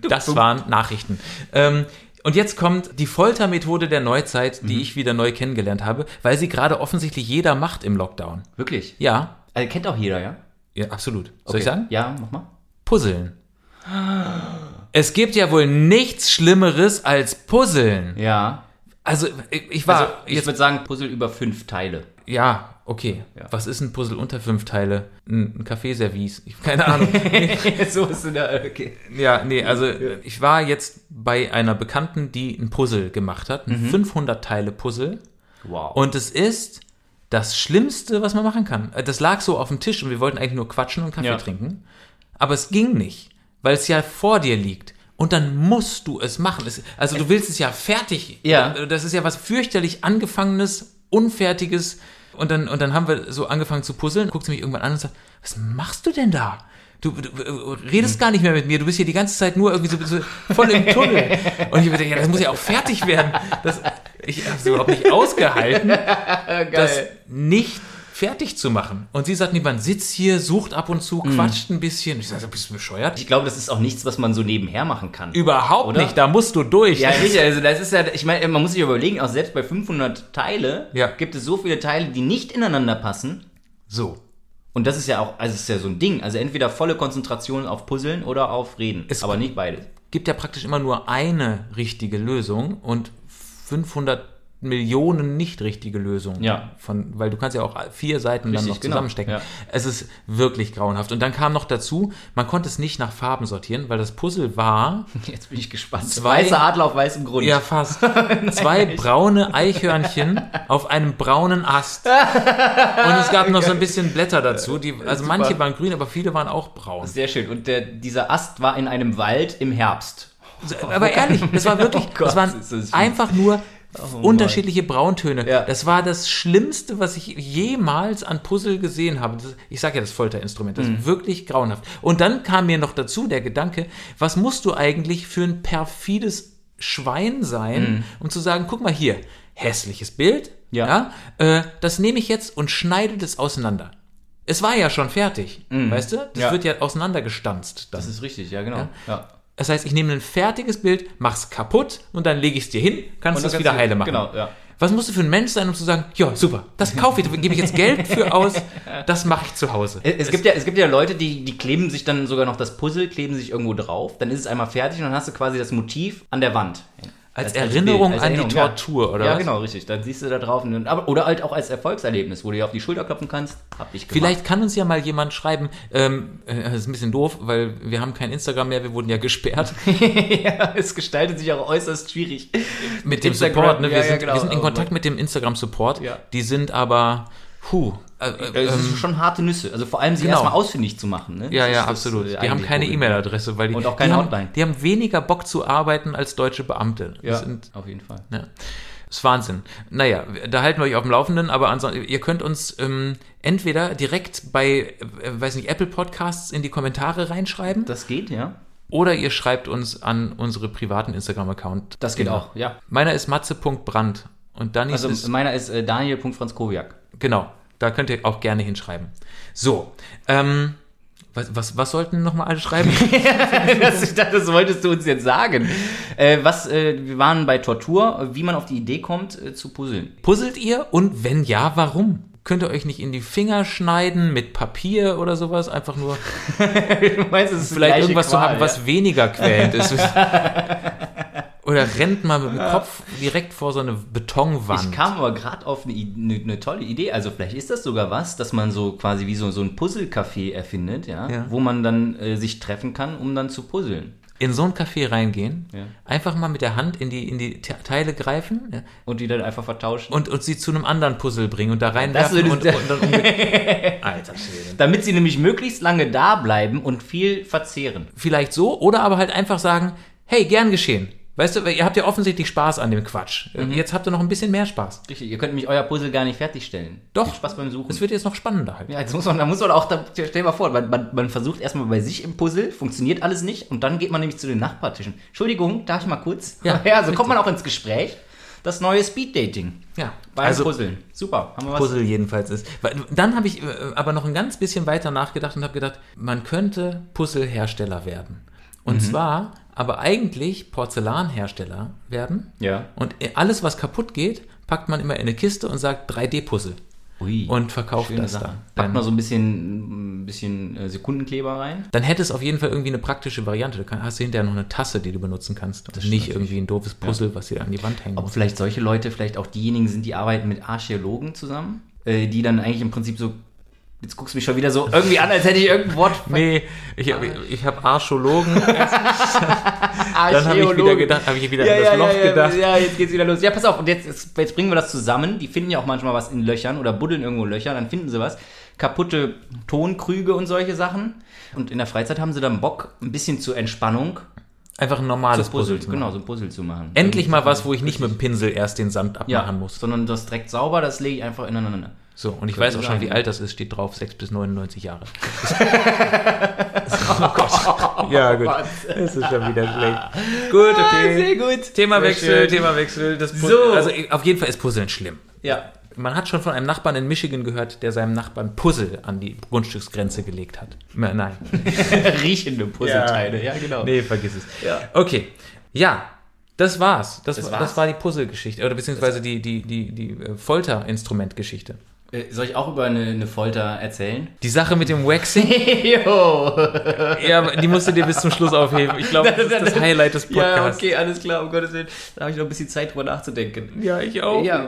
Das waren Nachrichten. Ähm, und jetzt kommt die Foltermethode der Neuzeit, Mhm. die ich wieder neu kennengelernt habe, weil sie gerade offensichtlich jeder macht im Lockdown. Wirklich. Ja, Also, kennt auch jeder, ja? ja absolut. Soll ich sagen? Ja, mach mal. Puzzeln. Es gibt ja wohl nichts Schlimmeres als Puzzeln. Ja. Also, ich, ich war also, ich jetzt. würde sagen, Puzzle über fünf *laughs* Teile. Ja, okay. Ja. Was ist ein Puzzle unter fünf Teile? Ein, ein Kaffeeservice? Ich, *laughs* keine Ahnung. so ist es da, okay. Ja, nee, also ich war jetzt bei einer Bekannten, die ein Puzzle gemacht hat, Mhm. ein 500-Teile-Puzzle. Wow. Und es ist das Schlimmste, was man machen kann. Äh, Das lag so auf dem Tisch und wir wollten eigentlich nur quatschen und Kaffee Ja. trinken. Aber es ging nicht, weil es ja vor dir liegt. Und dann musst du es machen. Es, also du willst es ja fertig. Ja. Äh, Das ist ja was fürchterlich angefangenes, unfertiges. Und dann, und dann haben wir so angefangen zu puzzeln. Guckt sie mich irgendwann an und sagt, was machst du denn da? Du, du äh, redest gar nicht mehr mit mir. Du bist hier die ganze Zeit nur irgendwie so, so voll im Tunnel. Und ich habe gedacht, ja, das muss ja auch fertig werden. Das, ich habe es überhaupt nicht ausgehalten das nicht fertig zu machen. Und sie sagt, nee, man sitzt hier, sucht ab und zu, Hm. quatscht ein bisschen. Ich sage, bist du bescheuert? ich glaube, das ist auch nichts, was man so nebenher machen kann. Überhaupt Oder? nicht, da musst du durch. ja, sicher. Also, das ist ja, ich meine, man muss sich überlegen, auch selbst bei 500 Teile Ja. gibt es so viele Teile, die nicht ineinander passen. So. Und das ist ja auch, also es ist ja so ein Ding. Also entweder volle Konzentration auf Puzzeln oder auf Reden. Es- aber nicht beides. *laughs* Gibt ja praktisch immer nur eine richtige Lösung und 500 Millionen nicht richtige Lösungen. Ja. Von, weil du kannst ja auch vier Seiten Richtig, dann noch genau. zusammenstecken. Ja. Es ist wirklich grauenhaft. Und dann kam noch dazu, man konnte es nicht nach Farben sortieren, weil das Puzzle war Jetzt bin ich gespannt. Zwei- Weißer Adler auf weißem Grund. Ja, fast. Zwei braune Eichhörnchen auf einem braunen Ast. Und es gab noch so ein bisschen Blätter dazu. Die, also manche waren grün, aber viele waren auch braun. Sehr schön. Und der, dieser Ast war in einem Wald im Herbst. Aber ehrlich, es war wirklich, *laughs* Oh Gott, es waren ist das süß. Oh einfach nur unterschiedliche Brauntöne. Ja. Das war das Schlimmste, was ich jemals an Puzzle gesehen habe. Das, ich sage ja das Folterinstrument, das Mhm. ist wirklich grauenhaft. Und dann kam mir noch dazu der Gedanke, was musst du eigentlich für ein perfides Schwein Mhm. sein, um zu sagen, guck mal hier, hässliches Bild, Ja. ja, äh, das nehme ich jetzt und schneide das auseinander. Es war ja schon fertig, weißt du? Das Mhm. Ja. wird ja auseinandergestanzt. dann. Das ist richtig, ja, genau. Ja. Das heißt, ich nehme ein fertiges Bild, mach's kaputt und dann lege ich es dir hin, kannst du es das wieder Ganze- heile machen. genau, ja. Was musst du für ein Mensch sein, um zu sagen, ja, super, das kaufe ich, da gebe ich jetzt Geld für aus, *laughs* das mache ich zu Hause. Es, es, gibt ja, es gibt ja Leute, die, die kleben sich dann sogar noch das Puzzle, kleben sich irgendwo drauf, dann ist es einmal fertig und dann hast du quasi das Motiv an der Wand. Als Erinnerung an die ja. Tortur, oder Ja, was? genau, richtig. Dann siehst du da drauf. Und, aber, oder halt auch als Erfolgserlebnis, wo du dir auf die Schulter klopfen kannst. Hab ich gemacht. Vielleicht kann uns ja mal jemand schreiben, ähm, äh, das ist ein bisschen doof, weil wir haben kein Instagram mehr, wir wurden *laughs* ja gesperrt ja, *laughs* es gestaltet sich auch äußerst schwierig. mit dem Instagram, Support. Ne? Wir, ja, ja, sind, genau. wir sind in Oh, Kontakt Mann. mit dem Instagram-Support, Ja. die sind aber, puh, äh, äh, Es ähm, ist schon harte Nüsse. Also vor allem sie genau. erstmal ausfindig zu machen. Ne? Das Ja, ja, ist das, absolut. äh, die haben eigentliche keine Problem. E-Mail-Adresse, weil die, Und auch keine die, Hotline. haben, die haben weniger Bock zu arbeiten als deutsche Beamte. Ja, Das sind, auf jeden Fall. ja. Das ist Wahnsinn. Naja, da halten wir euch auf dem Laufenden, aber ansonsten, ihr könnt uns ähm, entweder direkt bei, äh, weiß nicht, Apple Podcasts in die Kommentare reinschreiben Das geht, ja. oder ihr schreibt uns an unsere privaten Instagram-Account. Das geht Genau. auch, ja. Meiner ist matze.brand und Dannys Also ist, meiner ist äh, Daniel.franzkowiak. genau, da könnt ihr auch gerne hinschreiben. So, ähm, was, was, was sollten nochmal alle schreiben? Das, Also ich dachte, das wolltest du uns jetzt sagen. Äh, was, äh, wir waren bei Tortur, wie man auf die Idee kommt, äh, zu puzzeln. Puzzelt ihr und wenn ja, warum? Könnt ihr euch nicht in die Finger schneiden mit Papier oder sowas? Einfach nur Du meinst, es ist die vielleicht gleiche irgendwas Qual, zu haben, was weniger *laughs* quälend ist. oder rennt mal mit dem Kopf direkt vor so eine Ja. Betonwand. Ich kam aber gerade auf eine, I- eine, eine tolle Idee. Also vielleicht ist das sogar was, dass man so quasi wie so, so ein Puzzle-Café erfindet, ja, Ja. wo man dann äh, sich treffen kann, um dann zu puzzeln. in so ein Café reingehen, Ja. einfach mal mit der Hand in die, in die Te- Teile greifen ja, Und die dann einfach vertauschen. und, und sie zu einem anderen Puzzle bringen und da Das reinwerfen würde- und, und dann umge *laughs* Alter Schwede. damit sie nämlich möglichst lange da bleiben und viel verzehren. vielleicht so oder aber halt einfach sagen, hey, gern geschehen. Weißt du, weil ihr habt ja offensichtlich Spaß an dem Quatsch. Mhm. Jetzt habt ihr noch ein bisschen mehr Spaß. Richtig, ihr könnt nämlich euer Puzzle gar nicht fertigstellen. Doch. Viel Spaß beim Suchen. Es wird jetzt noch spannender halt. Ja, jetzt muss man, da muss man auch, da, stell dir mal vor, man, man, man versucht erstmal bei sich im Puzzle, funktioniert alles nicht und dann geht man nämlich zu den Nachbartischen. Entschuldigung, darf ich mal kurz? *laughs* Ja, so kommt man auch ins Gespräch. Das neue Speeddating. Ja, Beim also Puzzeln. Super, haben wir was. Puzzle jedenfalls ist. Weil- Dann habe ich äh, aber noch ein ganz bisschen weiter nachgedacht und habe gedacht, man könnte Puzzlehersteller werden. Mhm. Und zwar aber eigentlich Porzellanhersteller werden. Ja. Und alles, was kaputt geht, packt man immer in eine Kiste und sagt 3D-Puzzle Ui. und verkauft schöne das Sache. dann. Packt mal so ein bisschen, ein bisschen äh, Sekundenkleber rein. dann hätte es auf jeden Fall irgendwie eine praktische Variante. Du kann, hast hinterher noch eine Tasse, die du benutzen kannst. Und nicht irgendwie ein doofes Puzzle, was dir an die Wand hängen Ob muss. vielleicht solche Leute vielleicht auch diejenigen sind, die arbeiten mit Archäologen zusammen, äh, die dann eigentlich im Prinzip so, jetzt guckst du mich schon wieder so irgendwie an, als hätte ich irgendein Wort. Nee, ich, Ah. hab- ich habe Archäologen. *laughs* Dann habe ich wieder Archäologen. gedacht, habe ich wieder ja, an das ja, Loch ja, gedacht. Ja, ja, jetzt geht's wieder los. Ja, pass auf, und jetzt, jetzt, jetzt bringen wir das zusammen. Die finden ja auch manchmal was in Löchern oder buddeln irgendwo Löcher, dann finden sie was. Kaputte Tonkrüge und solche Sachen. Und in der Freizeit haben sie dann Bock, ein bisschen zur Entspannung Einfach ein so normales Puzzle, Puzzle. zu machen. genau, so ein Puzzle zu machen. Endlich mal was, wo ich nicht mit dem Pinsel erst den Sand ja, abmachen muss. sondern das direkt sauber, das lege ich einfach ineinander. So, und ich Könnte weiß auch schon, sein. wie alt das ist. Steht drauf, 6 bis *laughs* 99 Jahre. Oh *laughs* Ja, gut. Das ist schon wieder schlecht. Gut, okay. Ah, gut. Themawechsel, Sehr schön. Themawechsel. Das Puzzle. So. Also auf jeden Fall ist Puzzeln schlimm. Ja. *laughs* Man hat schon von einem Nachbarn in Michigan gehört, der seinem Nachbarn Puzzle an die Grundstücksgrenze gelegt hat. Na, Nein. *laughs* Riechende Puzzleteile, ja, genau. Nee, vergiss es. Ja. Okay. Ja, das war's. Das, Das war, das war's. war die Puzzle-Geschichte. Oder beziehungsweise die, die, die, die äh, Folterinstrument-Geschichte. Äh, Soll ich auch über eine, eine Folter erzählen? Die Sache mit dem Waxing, *laughs* Jo! ja, aber die musst du dir bis zum Schluss aufheben. *laughs* Ich glaube, das ist das Highlight des Ja, Podcasts. okay, alles klar, um Gottes Willen. Da habe ich noch ein bisschen Zeit drüber nachzudenken. Ja, ich auch. Ja,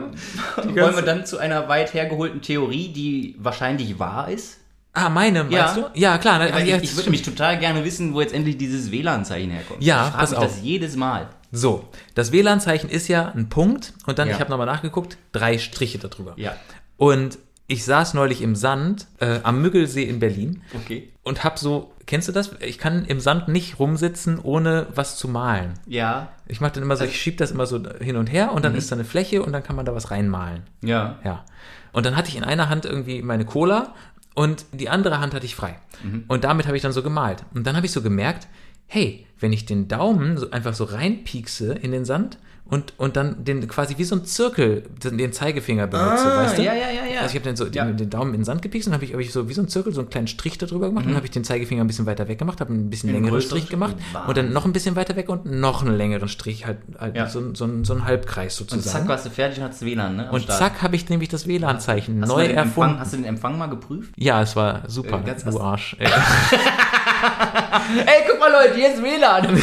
wollen wir ganze- dann zu einer weit hergeholten Theorie, die wahrscheinlich wahr ist? Ah, meine, Ja. meinst du? Ja, klar. Na, Weil ja, ich, ich würde mich total gerne wissen, wo jetzt endlich dieses WLAN-Zeichen herkommt. Ja, ich frag pass mich auf. das jedes Mal. so, das WLAN-Zeichen ist ja ein Punkt und dann, Ja. ich habe nochmal nachgeguckt, drei Striche darüber. Ja. Und ich saß neulich im Sand äh, am Müggelsee in Berlin Okay. und hab so, kennst du das? Ich kann im Sand nicht rumsitzen, ohne was zu malen. Ja. Ich mache dann immer so, Also ich schieb das immer so hin und her und dann Mhm. ist da eine Fläche und dann kann man da was reinmalen. Ja. Ja. Und dann hatte ich in einer Hand irgendwie meine Cola und die andere Hand hatte ich frei. Mhm. Und damit habe ich dann so gemalt. Und dann habe ich so gemerkt, hey, wenn ich den Daumen so einfach so reinpiekse in den Sand und, und dann den quasi wie so ein Zirkel den, den Zeigefinger benutze, Ah, weißt du? ja, ja, ja, ja. Also ich habe dann so den, Ja. den Daumen in den Sand gepiekst und habe ich, hab ich so wie so ein Zirkel so einen kleinen Strich darüber gemacht. Dann habe ich den Zeigefinger ein bisschen weiter weg gemacht, habe einen bisschen längeren Mhm. größeren Strich gemacht Strich. und dann noch ein bisschen weiter weg und noch einen längeren Strich, halt, halt Ja. so, ein- so, ein- so einen Halbkreis sozusagen. Und zack, warst du fertig und hattest WLAN, ne? am Und Start. zack habe ich nämlich das WLAN-Zeichen Hast du neu mal den erfunden. Empfang, hast du den Empfang mal geprüft? ja, es war super. Äh, ganz du krass. Arsch. *laughs* Ey, guck mal Leute, hier ist *laughs* WLAN.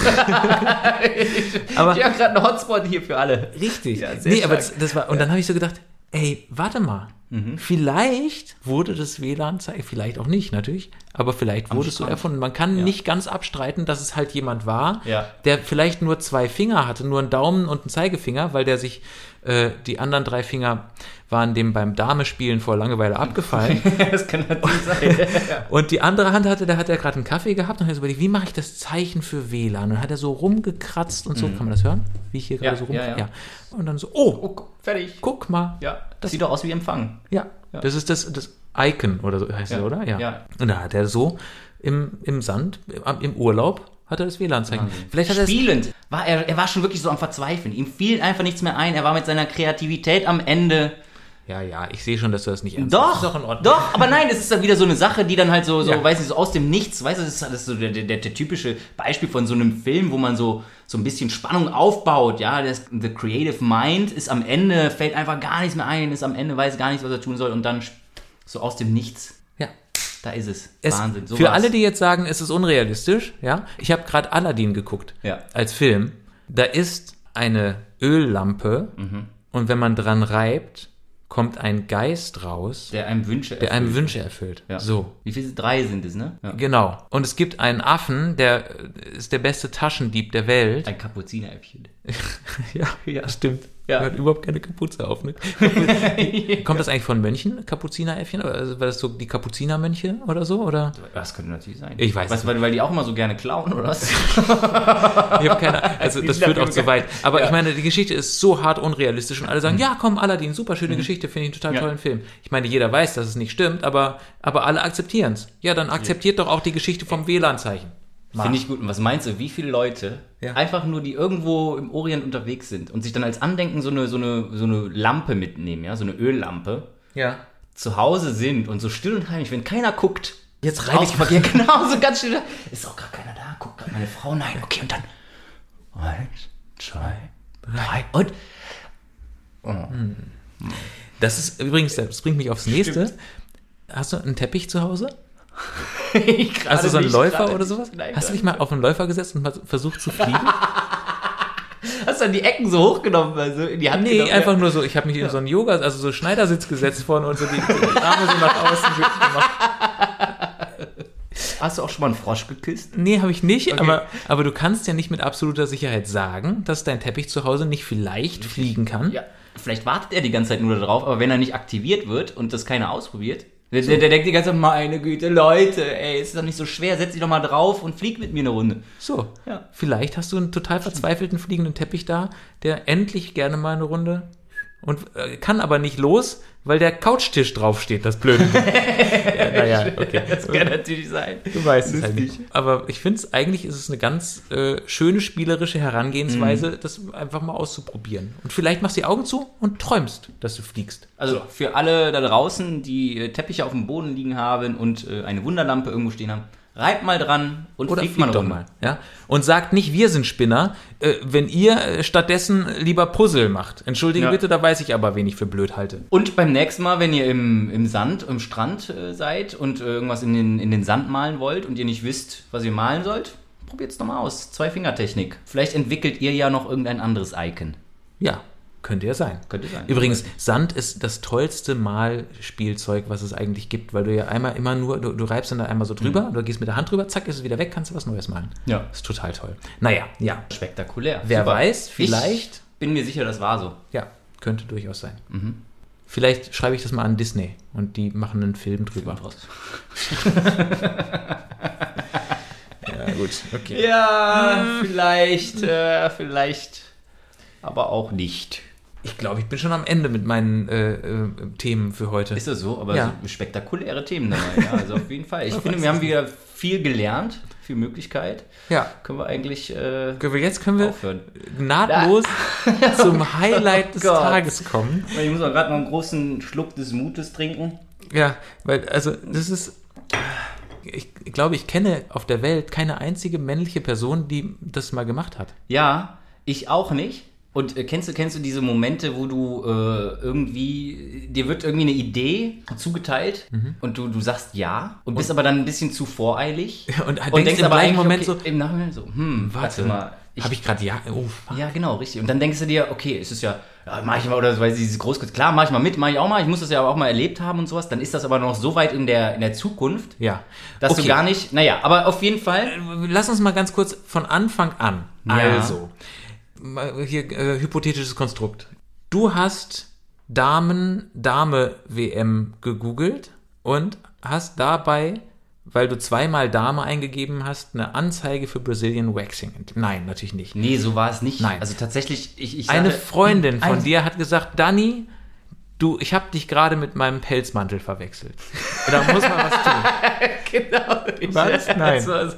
Aber habe gerade einen Hotspot hier für alle. *laughs* *laughs* richtig. Ja, Mhm. sehr nee, aber stark. das, das war und dann habe ich so gedacht, ey, warte mal. Vielleicht wurde das WLAN-Zeichen, vielleicht auch nicht, natürlich, aber vielleicht wurde es so Strand. erfunden. Man kann nicht ganz abstreiten, dass es halt jemand war, Ja. der vielleicht nur zwei Finger hatte, nur einen Daumen und einen Zeigefinger, weil der sich, äh, die anderen drei Finger waren dem beim Dame-Spielen *laughs* vor Langeweile abgefallen. das kann natürlich *laughs* sein. Und die andere Hand hatte, da hat er gerade einen Kaffee gehabt und hat so überlegt, wie mache ich das Zeichen für WLAN? Und hat er so rumgekratzt und so, kann man das hören? Wie ich hier gerade Mhm. Ja, so rum. ja, ja. Und dann so, oh, oh, fertig. guck mal. Ja, das sieht doch aus wie Empfang. Ja. Das ist das, das Icon oder so heißt Ja, es, oder? ja. Und da hat er so im, im Sand, im, im Urlaub, hat er das WLAN-Zeichen. Vielleicht hat er es. Spielend. War er, er war schon wirklich so am Verzweifeln. Ihm fiel einfach nichts mehr ein. Er war mit seiner Kreativität am Ende. Ja, ja, ich sehe schon, dass du das nicht ernst Doch, nimmst. Ist doch, in Ordnung. doch, aber nein, es ist dann wieder so eine Sache, die dann halt so, so Ja. weiß nicht, so aus dem Nichts, weißt du, das ist, das ist so der, der, der typische Beispiel von so einem Film, wo man so, so ein bisschen Spannung aufbaut, ja, das, The Creative Mind ist am Ende, fällt einfach gar nichts mehr ein, ist am Ende, weiß gar nicht, was er tun soll und dann so aus dem Nichts, Ja. da ist es. Es, Wahnsinn, so für war's. alle, die jetzt sagen, es ist unrealistisch, ja, ich habe gerade Aladdin geguckt Ja. als Film. Da ist eine Öllampe Mhm. und wenn man dran reibt, kommt ein Geist raus, Der einem Wünsche der einem Wünsche erfüllt. ja. So. Wie viele? Drei sind es, ne? Ja. Genau. Und es gibt einen Affen, der äh, ist der beste Taschendieb der Welt. Ein Kapuzineräppchen. *laughs* Ja, ja stimmt. Ja. Er hat überhaupt keine Kapuze *laughs* auf. Ne? *laughs* Kommt das eigentlich von Mönchen, Kapuzineräffchen? Oder, Also, war das so die Kapuzinermönche oder so? Oder? Das könnte natürlich sein. Ich weiß was, es weil, weil die auch immer so gerne klauen, oder was? *laughs* Ich habe *laughs* keine Ahnung. Also das Ich führt hab auch zu keine- weit. Aber ich meine, die Geschichte ist so hart unrealistisch und alle sagen, ja, komm, Aladdin, super schöne Geschichte, finde ich einen total Mhm. Ja. tollen Film. Ich meine, jeder weiß, dass es nicht stimmt, aber, aber alle akzeptieren es. Ja, dann akzeptiert doch auch die Geschichte vom WLAN-Zeichen. Finde ich gut. Und was meinst du, wie viele Leute Ja. einfach nur, die irgendwo im Orient unterwegs sind und sich dann als Andenken so eine, so eine, so eine Lampe mitnehmen, ja, so eine Öllampe, Ja. zu Hause sind und so still und heimlich, wenn keiner guckt, Jetzt reib ich rausgehen, *laughs* genau, so ganz still. Ist auch gar keiner da, guckt gerade meine Frau, nein, okay, und dann eins, zwei, drei und Oh. Das ist übrigens, das bringt mich aufs nächste. Hast du einen Teppich zu Hause? *laughs* ich gerade Hast du so einen nicht, Läufer gerade oder nicht. sowas? Nein, Hast du gerade dich mal auf einen Läufer gesetzt und mal versucht *laughs* zu fliegen? nicht. hast dann die Ecken so hochgenommen, also in die Hand Nee, genommen. einfach nur so, ich habe mich in so einen Yoga, also so Schneidersitz gesetzt vorne und so die, die Arme so nach außen *laughs* gemacht. Hast du auch schon mal einen Frosch geküsst? Nee, habe ich nicht, aber, aber du kannst ja nicht mit absoluter Sicherheit sagen, dass dein Teppich zu Hause nicht vielleicht fliegen kann. Ja. Vielleicht wartet er die ganze Zeit nur darauf, aber wenn er nicht aktiviert wird und das keiner ausprobiert, der, der, der denkt die ganze Zeit, meine Güte, Leute, ey, ist doch nicht so schwer, setz dich doch mal drauf und flieg mit mir eine Runde. So, Ja. vielleicht hast du einen total verzweifelten fliegenden Teppich da, der endlich gerne mal eine Runde und äh, kann aber nicht los, weil der Couchtisch draufsteht, das *laughs* Blöde. ja, naja, okay. Das kann natürlich sein. Du weißt es halt nicht. Aber ich finde es, eigentlich ist es eine ganz äh, schöne spielerische Herangehensweise, Mhm. das einfach mal auszuprobieren. Und vielleicht machst du die Augen zu und träumst, dass du fliegst. Also für alle da draußen, die äh, Teppiche auf dem Boden liegen haben und äh, eine Wunderlampe irgendwo stehen haben, reibt mal dran und Oder fliegt fliegt mal doch mal. Ja? Und sagt nicht, wir sind Spinner, äh, wenn ihr äh, stattdessen lieber Puzzle macht. Entschuldige Ja. bitte, da weiß ich aber, wen ich für blöd halte. Und beim nächsten Mal, wenn ihr im, im Sand, im Strand äh, seid und äh, irgendwas in den, in den Sand malen wollt und ihr nicht wisst, was ihr malen sollt, probiert es nochmal aus. Zwei-Finger-Technik. Vielleicht entwickelt ihr ja noch irgendein anderes Icon. Ja, könnte ja sein. Könnte sein. Übrigens, Sand ist das tollste Malspielzeug, was es eigentlich gibt, weil du ja einmal immer nur, du, du reibst dann da einmal so drüber, du gehst mit der Hand drüber, zack, ist es wieder weg, kannst du was Neues malen. Mhm. Ja. Ist total toll. Naja, ja. Spektakulär. Wer weiß, vielleicht- Ich bin mir sicher, das war so. Mhm. Ja, könnte durchaus sein. Vielleicht schreibe ich das mal an Disney und die machen einen Film drüber. *laughs* ja, gut, okay. Ja, vielleicht, äh, vielleicht, aber auch nicht. Ich glaube, ich bin schon am Ende mit meinen äh, äh, Themen für heute. Ist das so? Aber Ja. so spektakuläre Themen dabei. Ja, also auf jeden *laughs* Fall. Ich finde, wir haben wieder viel gelernt, viel Möglichkeit. ja. Können wir eigentlich äh, Können wir- Jetzt können wir aufhören. *laughs* Oh nahtlos zum Highlight des Gott. Tages kommen. Ich muss auch gerade noch einen großen Schluck des Mutes trinken. Ja, weil, also, das ist. Ich glaube, ich kenne auf der Welt keine einzige männliche Person, die das mal gemacht hat. Ja, ich auch nicht. Und äh, kennst du, kennst du diese Momente, wo du äh, irgendwie, dir wird irgendwie eine Idee zugeteilt Mhm. und du, du sagst ja und, bist aber dann ein bisschen zu voreilig *laughs* Und äh, denkst im gleichen Moment eigentlich, okay, im Nachhinein so, hm, warte, mal, ich, Habe ich gerade ja. Oh, fuck. ja genau, richtig. Und dann denkst du dir, okay, es ist ja, ja mach ich mal, oder so, weil dieses groß, klar, mach ich mal mit, mach ich auch mal, ich muss das ja aber auch mal erlebt haben und sowas, dann ist das aber noch so weit in der, in der Zukunft, ja. dass Okay. du gar nicht, naja, aber auf jeden Fall, Lass uns mal ganz kurz von Anfang an. Ja. Also, mal hier äh, hypothetisches Konstrukt. Du hast Damen, Dame WM gegoogelt und hast dabei, weil du zweimal Dame eingegeben hast, eine Anzeige für Brazilian Waxing. ent- Nein, natürlich nicht. nee, so war es nicht. Nein. Also tatsächlich, ich, ich Eine sage- Freundin von Eine- dir hat gesagt, Dani, du, ich habe dich gerade mit meinem Pelzmantel verwechselt. Da muss man was tun. *laughs* genau. Ich, Was? Nein. Das war so.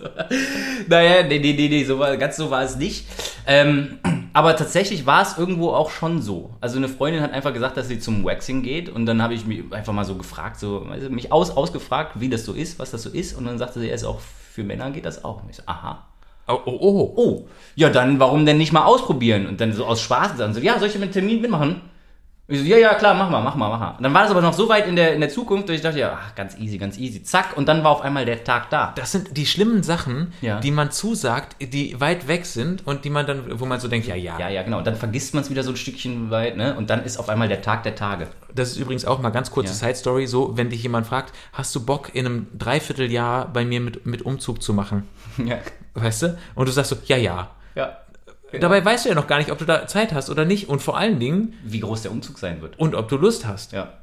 Naja, nee, nee, nee, nee, so war, ganz so war es nicht. Ähm, aber tatsächlich war es irgendwo auch schon so. Also eine Freundin hat einfach gesagt, dass sie zum Waxing geht und dann habe ich mich einfach mal so gefragt, so weißt du, mich aus, ausgefragt, wie das so ist, was das so ist und dann sagte sie, ja, ist auch für Männer geht das auch. Und ich so, aha. *laughs* Oh, oh, oh. Oh, ja, dann warum denn nicht mal ausprobieren? Und dann so aus Spaß dann so, ja, soll ich mit dem Termin mitmachen? Ich so, ja, ja, klar, mach mal, mach mal, mach mal. Und dann war das aber noch so weit in der, in der Zukunft, dass ich dachte, ja, ach, ganz easy, ganz easy. Zack, und dann war auf einmal der Tag da. Das sind die schlimmen Sachen, Ja. die man zusagt, die weit weg sind und die man dann, wo man so denkt, ja, ja. Ja, ja, genau. Und dann vergisst man es wieder so ein Stückchen weit, ne? Und dann ist auf einmal der Tag der Tage. *laughs* Das ist übrigens auch mal ganz kurze Ja. Side Story, so, wenn dich jemand fragt, hast du Bock in einem Dreivierteljahr bei mir mit, mit Umzug zu machen? ja. Weißt du? Und du sagst so, ja, ja. ja. Dabei weißt du ja noch gar nicht, ob du da Zeit hast oder nicht und vor allen Dingen Wie groß der Umzug sein wird. und ob du Lust hast. Ja.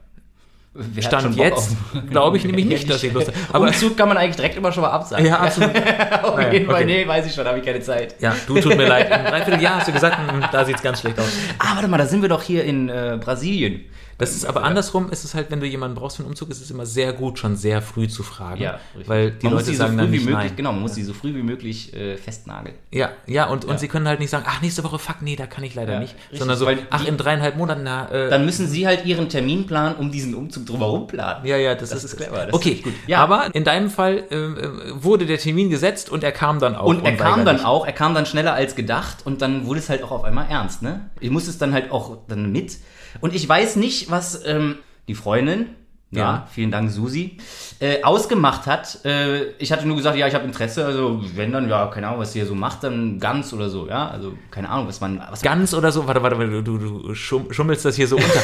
Wer hat schon Stand Bock jetzt *laughs* auf- glaube ich nämlich nicht, dass *laughs* ich Lust habe. Aber Umzug kann man eigentlich direkt immer schon mal absagen. *laughs* ja, absolut. auf naja, jeden Fall. okay. Nee, weiß ich schon, habe ich keine Zeit. *laughs* Ja, du tut mir leid. Im Dreivierteljahr hast du gesagt, hm, da sieht's ganz schlecht aus. Ah, warte mal, da sind wir doch hier in äh, Brasilien. Das ist aber andersrum, ist es halt, wenn du jemanden brauchst für einen Umzug, ist es immer sehr gut, schon sehr früh zu fragen. Ja, richtig. Weil die man muss Leute die so sagen früh dann wie nicht möglich, nein. genau, man muss die so früh wie möglich äh, festnageln. Ja, ja und, und sie können halt nicht sagen, ach, nächste Woche, fuck, nee, da kann ich leider Ja, nicht. richtig, sondern so, weil ach, die- in dreieinhalb Monaten, na, äh, Dann müssen sie halt ihren Terminplan um diesen Umzug drumherum planen. ja, ja, das, das ist ist clever, das okay, ist gut. Ja. Ja. Aber in deinem Fall ähm, äh, wurde der Termin gesetzt und er kam dann auch. Und er kam dann unweigerlich. auch, er kam dann schneller als gedacht und dann wurde es halt auch auf einmal ernst, ne? Ich musste es dann halt auch dann mit. Und ich weiß nicht, was ähm, die Freundin, ja, Ja. vielen Dank Susi, äh, ausgemacht hat. Äh, ich hatte nur gesagt, ja, ich habe Interesse, also wenn dann, ja, keine Ahnung, was ihr so macht, dann ganz oder so, ja. Also keine Ahnung, was man, was Ganz oder so, warte, warte, warte, du, du schum, schummelst das hier *laughs* so unter.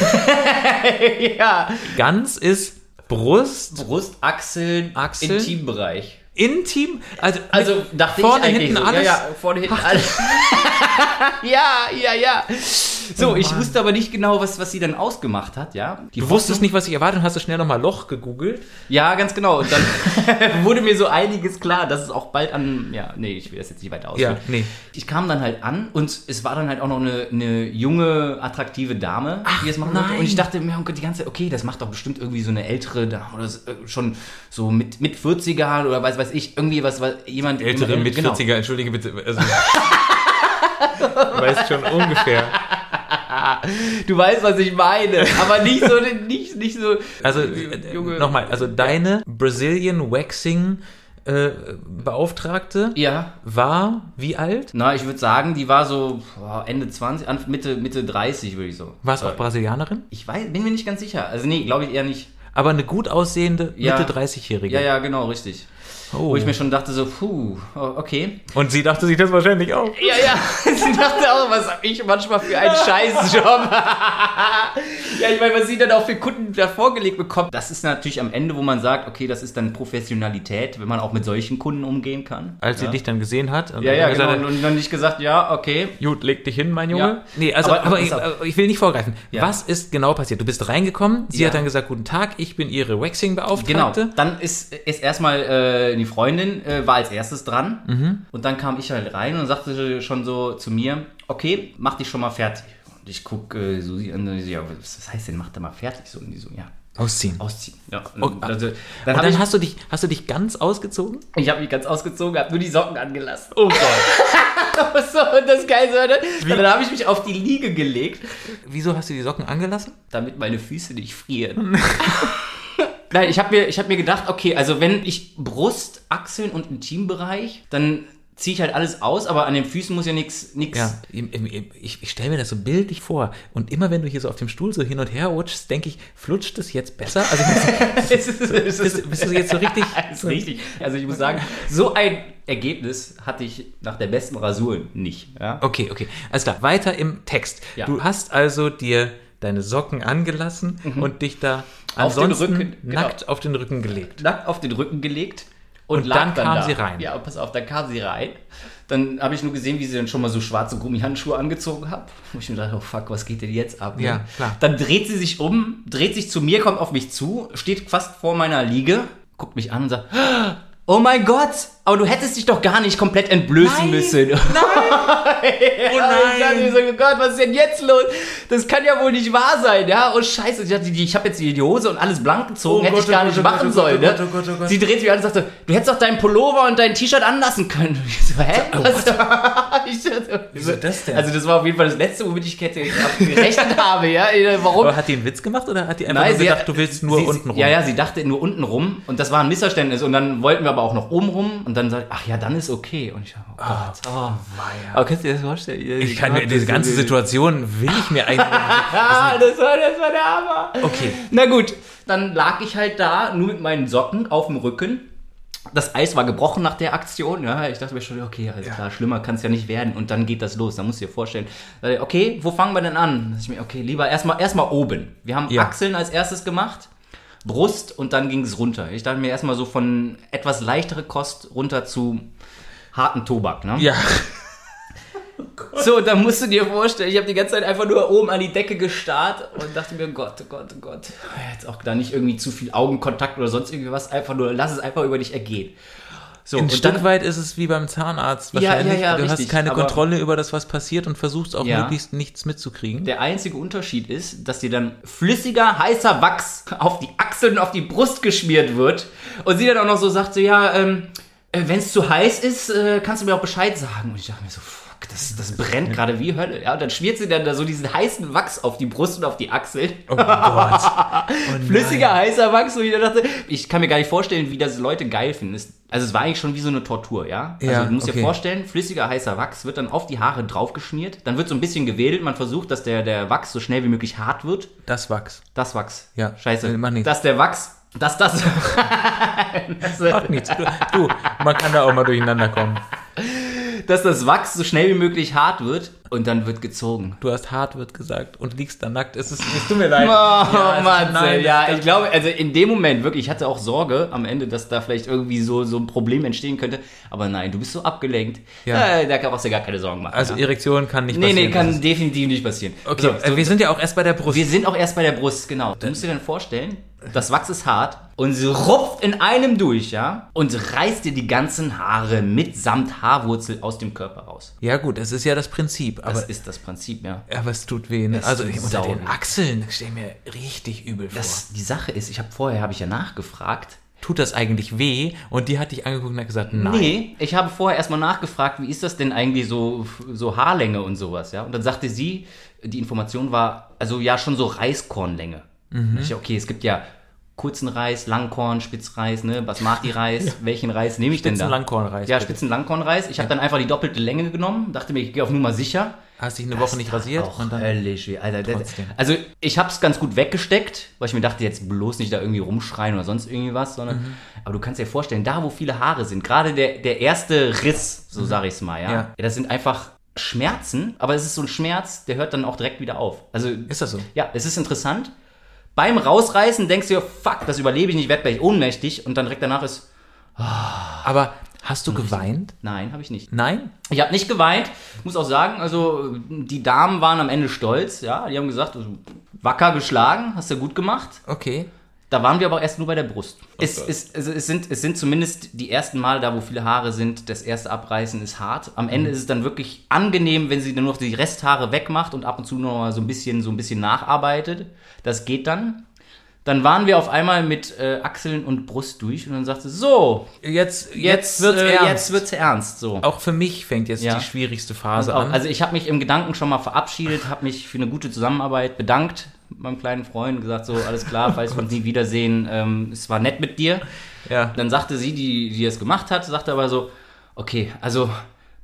ja. Ganz ist Brust, Brust, Achseln, Achseln? Intimbereich. Intim, also, Also dachte vorne, ich eigentlich hinten, so. alles. Ja, ja, vorne, hinten, alles. *laughs* ja, ja, ja. So, ich wusste aber nicht genau, was, was sie dann ausgemacht hat, ja. Die Du Hoffnung- wusstest nicht, was ich erwartet und hast du schnell nochmal Loch gegoogelt. Ja, ganz genau. Und *laughs* dann wurde mir so einiges klar, dass es auch bald an. Ja, nee, ich will das jetzt nicht weiter ausführen. Ja, nee. Ich kam dann halt an und es war dann halt auch noch eine, eine junge, attraktive Dame, die das machen wollte. nein. Und ich dachte mir, oh Gott, die ganze, okay, das macht doch bestimmt irgendwie so eine ältere Dame oder so, äh, schon so mit, mit 40er oder weiß, weiß ich, irgendwie was, was jemand. Ältere jemand- mit genau. 40er, entschuldige bitte. *laughs* Also, weißt schon ungefähr. Du weißt, was ich meine, aber nicht so, nicht, nicht so. Also äh, Junge. nochmal, also deine Brazilian Waxing äh, Beauftragte Ja. war wie alt? Na, ich würde sagen, die war so boah, Ende 20, Anf- Mitte, Mitte 30, würde ich so. War es auch Äh, Brasilianerin? Ich weiß, bin mir nicht ganz sicher. Also nee, glaube ich eher nicht. Aber eine gut aussehende Ja. Mitte 30-Jährige. Ja, ja, genau, richtig. Oh. Wo ich mir schon dachte so, puh, oh, okay. Und sie dachte sich das wahrscheinlich auch. Ja, ja, *laughs* sie dachte auch, was habe ich manchmal für einen Scheißjob. *laughs* ja, ich meine, was sie dann auch für Kunden da vorgelegt bekommt. Das ist natürlich am Ende, wo man sagt, okay, das ist dann Professionalität, wenn man auch mit solchen Kunden umgehen kann. Als sie dich dann gesehen hat. Und Ja, ja, dann gesagt genau. hat, Und dann nicht gesagt, ja, okay. Gut, leg dich hin, mein Junge. Ja. Nee, also, aber, Aber- ich, aber- ich will nicht vorgreifen. Ja. Was ist genau passiert? Du bist reingekommen, sie Ja. hat dann gesagt, guten Tag, ich bin ihre Genau. Waxing-Beauftragte. Dann ist, ist erstmal äh, die Freundin, äh, war als erstes dran. Und dann kam ich halt rein und sagte schon so zu mir, okay, mach dich schon mal fertig. Und ich gucke äh, Susi an und ich so, ja, was was heißt denn, mach da mal fertig? So, und die so, ja, Ausziehen. ausziehen. Ja. Oh, Und, also, Und dann dann habe ich, hast du dich, hast du dich ganz ausgezogen? ich hab mich ganz ausgezogen, habe nur die Socken angelassen. Oh Gott. so, und *laughs* das Geilste war dann, dann habe ich mich auf die Liege gelegt, Wieso hast du die Socken angelassen? damit meine Füße nicht *laughs* frieren. Nein, ich habe mir, ich hab mir gedacht, okay, also wenn ich Brust, Achseln und Intimbereich, dann ziehe ich halt alles aus, aber an den Füßen muss ja nichts. nix. Ja, im- im- im- ich, ich stelle mir das so bildlich vor. Und immer wenn du hier so auf dem Stuhl so hin und her rutschst, denke ich, flutscht es jetzt besser? Also *laughs* Es ist, es bist, bist du jetzt *laughs* so richtig. Das ist richtig. Also ich muss sagen, so ein Ergebnis hatte ich nach der besten Rasur nicht. Ja? Okay, okay. Alles klar, weiter im Text. Ja. Du hast also dir deine Socken angelassen und dich da Mhm. Auf den ansonsten Rücken, genau. nackt auf den Rücken gelegt. Nackt auf den Rücken gelegt und, Und lag dann kam da. sie rein. Ja, pass auf, dann kam sie rein. Dann habe ich nur gesehen, wie sie dann schon mal so schwarze Gummihandschuhe angezogen hat. Wo ich mir dachte, oh fuck, was geht denn jetzt ab? ne? Ja, klar. Dann dreht sie sich um, dreht sich zu mir, kommt auf mich zu, steht fast vor meiner Liege, guckt mich an und sagt, oh mein Gott, aber du hättest dich doch gar nicht komplett entblößen müssen. *laughs* Oh Und dann ich so, oh Gott, was ist denn jetzt los? Das kann ja wohl nicht wahr sein, ja? Oh Scheiße, ich, dachte, die- ich habe jetzt die die Hose und alles blank gezogen, Oh hätte Gott, ich gar oh nicht Gott, oh machen Gott, oh sollen. Gott, ne? oh Gott, oh Gott. Sie dreht sich an und sagte, du hättest doch deinen Pullover und dein T-Shirt anlassen können. *laughs* Und Ich so, hä? Was? *laughs* Ich dachte, oh Wieso das denn? Also das war auf jeden Fall das Letzte, womit ich hätte gerechnet *laughs* habe, ja? Warum? Aber hat die einen Witz gemacht oder hat die einfach nur sie gedacht, hat- du willst nur sie, unten rum? Ja, ja, sie dachte nur unten rum und das war ein Missverständnis und dann wollten wir aber auch noch oben rum und dann sagt, ach ja, dann ist okay. Und ich dachte, oh Gott. Oh, aber kannst du dir das vorstellen? Ich kann mir diese ganze Situation will ich *laughs* mir eigentlich. Ah, das war, das war der Hammer. Okay. Na gut, dann lag ich halt da, nur mit meinen Socken auf dem Rücken. Das Eis war gebrochen nach der Aktion. Ja, ich dachte mir schon, okay, alles klar, schlimmer kann es ja nicht werden. Und dann geht das los. Da musst du dir vorstellen, äh, okay, wo fangen wir denn an? Dass Ich mir, okay, lieber erstmal erstmal oben. Wir haben Ja. Achseln als erstes gemacht, Brust und dann ging es runter. Ich dachte mir erstmal so von etwas leichtere Kost runter zu harten Tobak. Ne? Ja. So, dann musst du dir vorstellen, ich habe die ganze Zeit einfach nur oben an die Decke gestarrt und dachte mir, Gott, oh Gott, oh Gott. Jetzt auch da nicht irgendwie zu viel Augenkontakt oder sonst irgendwie was, einfach nur, lass es einfach über dich ergehen. So, Ein und dann, Stück weit ist es wie beim Zahnarzt ja, wahrscheinlich. ja, du hast richtig, keine aber- Kontrolle über das, was passiert und versuchst auch Ja. möglichst nichts mitzukriegen. der einzige Unterschied ist, dass dir dann flüssiger, heißer Wachs auf die Achseln und auf die Brust geschmiert wird und sie dann auch noch so sagt, so, ja, ähm, wenn es zu heiß ist, äh, kannst du mir auch Bescheid sagen. Und ich dachte mir so, fuck, das, das brennt gerade wie Hölle. Ja, und dann schmiert sie dann da so diesen heißen Wachs auf die Brust und auf die Achseln. Oh Gott. *laughs* Oh flüssiger, heißer Wachs, wo ich dann dachte, ich kann mir gar nicht vorstellen, wie das Leute geil finden. Es- Also es war eigentlich schon wie so eine Tortur, ja? Also Ja, du musst okay. dir vorstellen, flüssiger, heißer Wachs wird dann auf die Haare draufgeschmiert, dann wird so ein bisschen gewedelt, man versucht, dass der, der Wachs so schnell wie möglich hart wird. Nein. Das Wachs. Das Wachs. Ja, Scheiße. nee, mach nichts. Dass der Wachs, dass das... *laughs* dass, Macht nichts. Du, du, man kann da auch mal durcheinander kommen. dass das Wachs so schnell wie möglich hart wird und dann wird gezogen. Du hast hart wird gesagt und liegst da nackt. Es ist, es tut mir leid. Oh Ja, Mann, nein, ja, das- ich glaube, also in dem Moment wirklich, ich hatte auch Sorge am Ende, dass da vielleicht irgendwie so, so ein Problem entstehen könnte. Aber nein, du bist so abgelenkt. Ja. Äh, da brauchst du dir gar keine Sorgen machen. Also ja. Erektion kann nicht Nee, passieren. nee, Das kann ist- definitiv nicht passieren. Okay, So, äh, wir sind ja auch erst bei der Brust. wir sind auch erst bei der Brust, genau. Du musst dir dann vorstellen, das Wachs ist hart und sie rupft in einem durch, ja? Und reißt dir die ganzen Haare mitsamt Haarwurzel aus dem Körper raus. ja gut, es ist ja das Prinzip, aber, Das ist das Prinzip, ja. aber es tut weh. Ne? Es Also tut unter sau den weh. Achseln stelle ich mir richtig übel vor. Das, die Sache ist, ich habe vorher, habe ich ja nachgefragt, tut das eigentlich weh? Und die hat dich angeguckt und hat gesagt, nein. Nee, ich habe vorher erstmal nachgefragt, wie ist das denn eigentlich so, so Haarlänge und sowas, ja? Und dann sagte sie, Mhm. die Information war, also ja, schon so Reiskornlänge. Und Ich, okay, es gibt ja kurzen Reis, Langkorn, Spitzreis, ne, Basmati-Reis, welchen Reis nehme ich denn da? Spitzenlangkornreis. Ja, bitte. Spitzen-Langkornreis. Ich habe dann einfach die doppelte Länge genommen, dachte mir, ich gehe auf Nummer sicher. Hast dich eine Woche nicht rasiert Auch und dann. höllisch weh, Alter. Das, Trotzdem. also ich habe es ganz gut weggesteckt, weil ich mir dachte, jetzt bloß nicht da irgendwie rumschreien oder sonst irgendwie was, sondern Mhm. aber du kannst dir vorstellen, da wo viele Haare sind, gerade der, der erste Riss, so sag ich's mal, ja, Mhm. Ja. ja, das sind einfach Schmerzen, aber es ist so ein Schmerz, der hört dann auch direkt wieder auf. Also Ist das so? ja, es ist interessant. Beim Rausreißen denkst du dir, fuck, das überlebe ich nicht, werd gleich ohnmächtig und dann direkt danach ist, Aber hast du geweint? nein, habe ich nicht. Nein? Ich habe nicht geweint, muss auch sagen, also die Damen waren am Ende stolz, ja, die haben gesagt, also, wacker geschlagen, hast du gut gemacht. Okay. Da waren wir aber erst nur bei der Brust. Es, es, also es, sind, es sind zumindest die ersten Male da, wo viele Haare sind, das erste Abreißen ist hart. Am Mhm. Ende ist es dann wirklich angenehm, wenn sie dann noch die Resthaare wegmacht und ab und zu noch mal so ein bisschen, so ein bisschen nacharbeitet. Das geht dann. Dann waren wir auf einmal mit äh, Achseln und Brust durch und dann sagte sie, so, jetzt, Jetzt, jetzt wird's äh, ernst. jetzt wird's ernst. So. auch für mich fängt jetzt Ja. die schwierigste Phase Auch, an. also ich habe mich im Gedanken schon mal verabschiedet, habe mich für eine gute Zusammenarbeit bedankt mit meinem kleinen Freund, gesagt so, alles klar, falls wir uns nie wiedersehen, ähm, es war nett mit dir. ja. Dann sagte sie, die, die das gemacht hat, sagte aber so, okay, also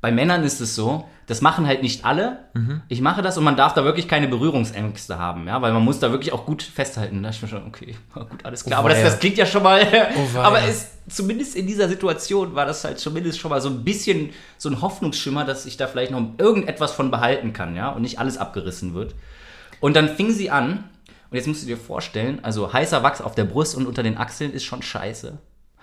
bei Männern ist es so, das machen halt nicht alle. Ich mache das und man darf da wirklich keine Berührungsängste haben, ja, weil man muss da wirklich auch gut festhalten. Da dachte ich mir schon, okay, *laughs* gut, alles klar. Oh aber das, weia. das klingt ja schon mal, Oh weia. aber es, zumindest in dieser Situation war das halt zumindest schon mal so ein bisschen so ein Hoffnungsschimmer, dass ich da vielleicht noch irgendetwas von behalten kann, ja, und nicht alles abgerissen wird. Und dann fing sie an, und jetzt musst du dir vorstellen, also heißer Wachs auf der Brust und unter den Achseln ist schon scheiße.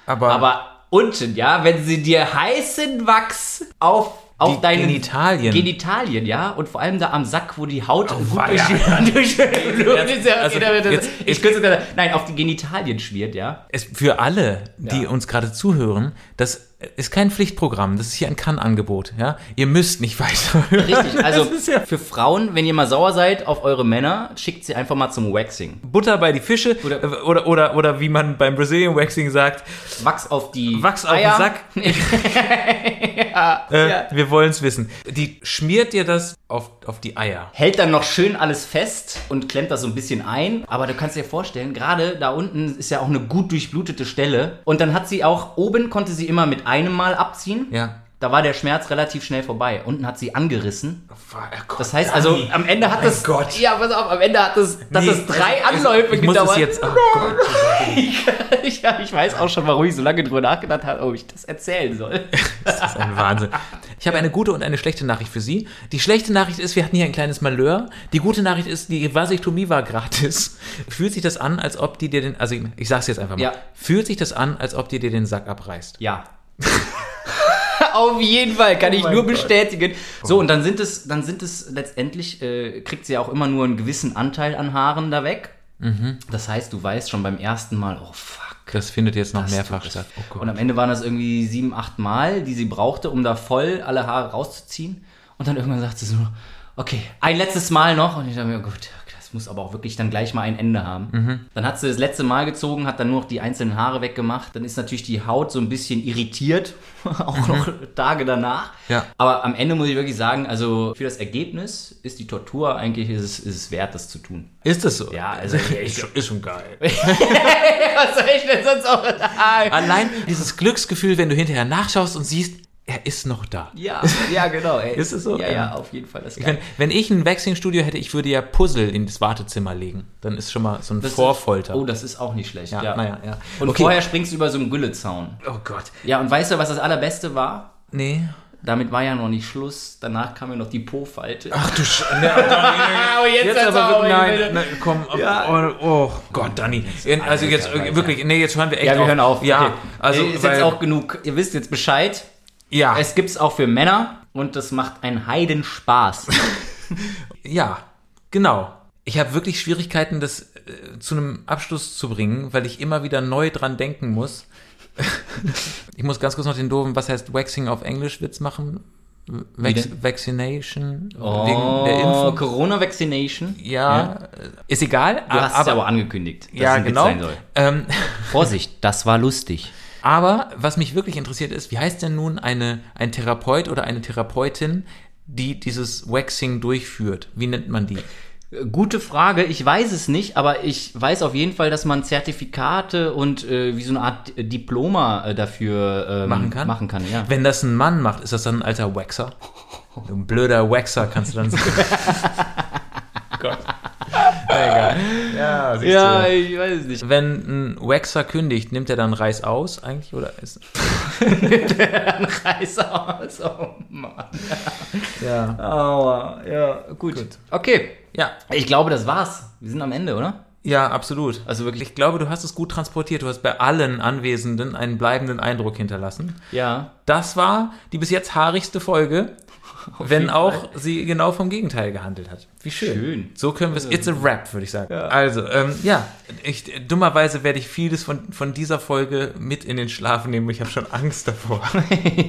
aber, Aber unten, ja, wenn sie dir heißen Wachs auf, auf Die deinen Genitalien. Genitalien, ja, und vor allem da am Sack, wo die Haut gut weia. durch, *laughs* durch, durch ist ja also, okay, damit- jetzt- ich könnte sogar sagen, nein, auf die Genitalien schmiert, ja. es, für alle, die Ja. uns gerade zuhören, das ist kein Pflichtprogramm. Das ist hier ein Kann-Angebot. Ja? Ihr müsst nicht *laughs* weiter. *laughs* Richtig, also Das ist ja- für Frauen, wenn ihr mal sauer seid auf eure Männer, schickt sie einfach mal zum Waxing. Butter bei die Fische Oder- oder, oder, oder, oder wie man beim Brazilian Waxing sagt, Wachs auf die Wachs auf den Eier. Sack. *laughs* äh, Ah *laughs* Ja. wir wollen es wissen. Die schmiert dir das auf, auf die Eier. hält dann noch schön alles fest und klemmt das so ein bisschen ein. Aber du kannst dir vorstellen, gerade da unten ist ja auch eine gut durchblutete Stelle. Und dann hat sie auch, oben konnte sie immer mit einem Mal abziehen. Ja. Da war der Schmerz relativ schnell vorbei. Unten hat sie angerissen. Das Das heißt also, am Ende hat es. Gott. Ja, pass auf, am Ende hat es, das Nee, ist drei also, Anläufe ich muss gedauert. es jetzt. Oh Gott. *laughs* ich, ja, ich weiß auch schon, warum ich so lange drüber nachgedacht habe, ob ich das erzählen soll. Das ist ein Wahnsinn. Ich habe eine gute und eine schlechte Nachricht für Sie. Die schlechte Nachricht ist, wir hatten hier ein kleines Malheur. Die gute Nachricht ist, die Vasektomie war gratis. Fühlt sich das an, als ob die dir den, also ich, ich sag's jetzt einfach mal. Ja. Fühlt sich das an, als ob die dir den Sack abreißt. Ja. *laughs* Auf jeden Fall kann ich Oh mein nur Gott. bestätigen. So, und dann sind es, dann sind es letztendlich, äh, kriegt sie ja auch immer nur einen gewissen Anteil an Haaren da weg. Das heißt, du weißt schon beim ersten Mal, oh fuck. Das findet jetzt noch das mehrfach tut- statt. Oh Gott. Und am Ende waren das irgendwie sieben, acht Mal, die sie brauchte, um da voll alle Haare rauszuziehen. Und dann irgendwann sagt sie so, okay, ein letztes Mal noch. Und ich dachte mir, oh gut, das muss aber auch wirklich dann gleich mal ein Ende haben. Dann hat sie das letzte Mal gezogen, hat dann nur noch die einzelnen Haare weggemacht. Dann ist natürlich die Haut so ein bisschen irritiert, *laughs* auch noch Tage danach. Ja. Aber am Ende muss ich wirklich sagen, also für das Ergebnis ist die Tortur eigentlich, ist es, ist es wert, das zu tun. Ist das so? Ja, also *laughs* ist, schon, ist schon geil. *laughs* Was soll ich denn sonst auch sagen? Allein dieses Glücksgefühl, wenn du hinterher nachschaust und siehst, er ist noch da. Ja, ja, genau. Ey. Ist es so? Ja, Ja. ja, auf jeden Fall. Das ist Wenn, geil. wenn ich ein Waxing-Studio hätte, ich würde ja Puzzle ins Wartezimmer legen. Dann ist schon mal so ein Das ist- Vorfolter. Oh, das ist auch nicht schlecht. Ja, naja, ja. Und Okay. vorher springst du über so einen Güllezaun. Oh Gott. Ja, und weißt du, was das allerbeste war? Nee. Damit war ja noch nicht Schluss. Danach kam ja noch die Po-Falte. Ach du *laughs* Sch... Ne, aber jetzt, Jetzt hört's auf, aber wirklich, ich will- nein, nein, komm, oh, oh Gott, Dani. Also jetzt Alter, wirklich, nee, jetzt hören wir echt Ja, auf. wir hören auf. Ja, Okay. also ist weil- Ah. jetzt auch genug. Ihr wisst jetzt Bescheid. ja, Es gibt's auch für Männer und das macht einen Heidenspaß. ja, genau. Ich habe wirklich Schwierigkeiten, das äh, zu einem Abschluss zu bringen, weil ich immer wieder neu dran denken muss. *laughs* ich muss ganz kurz noch den doofen, was heißt Waxing auf Englisch Witz machen? Vax denn? Vaccination Oh, wegen der Impfung. Corona-Vaccination. Du Ja, äh, ist egal. a- hast es aber angekündigt, dass ja, es ein Witz genau. sein soll. Ähm, *laughs* Vorsicht, das war lustig. Aber was mich wirklich interessiert ist, wie heißt denn nun eine, ein Therapeut oder eine Therapeutin, die dieses Waxing durchführt? Wie nennt man die? Gute Frage, ich weiß es nicht, aber ich weiß auf jeden Fall, dass man Zertifikate und äh, wie so eine Art Diploma äh, dafür ähm, Machen kann? Machen kann ja. Wenn das ein Mann macht, ist das dann ein alter Waxer? Du ein blöder Waxer kannst du *laughs* dann sagen. Gott. Na, egal. Ja, siehst ja, du. Also ich weiß es nicht. *laughs* Wenn ein Waxer kündigt, nimmt er dann Reis aus eigentlich oder ist Reiß aus, oh Mann. ja Aua, ja, gut. Okay, ja ich glaube, das war's. Wir sind am Ende, oder? ja absolut. Also wirklich- Ich glaube, du hast es gut transportiert. Du hast bei allen Anwesenden einen bleibenden Eindruck hinterlassen. Ja. *laughs* Das war die bis jetzt haarigste Folge, wenn jeden auch sie genau vom Gegenteil gehandelt hat. Wie schön. Schön. So können wir es. It's a wrap, würde ich sagen. Also, ähm, ja, ich, dummerweise werde ich vieles von, von dieser Folge mit in den Schlaf nehmen. Ich habe schon *laughs* Angst davor.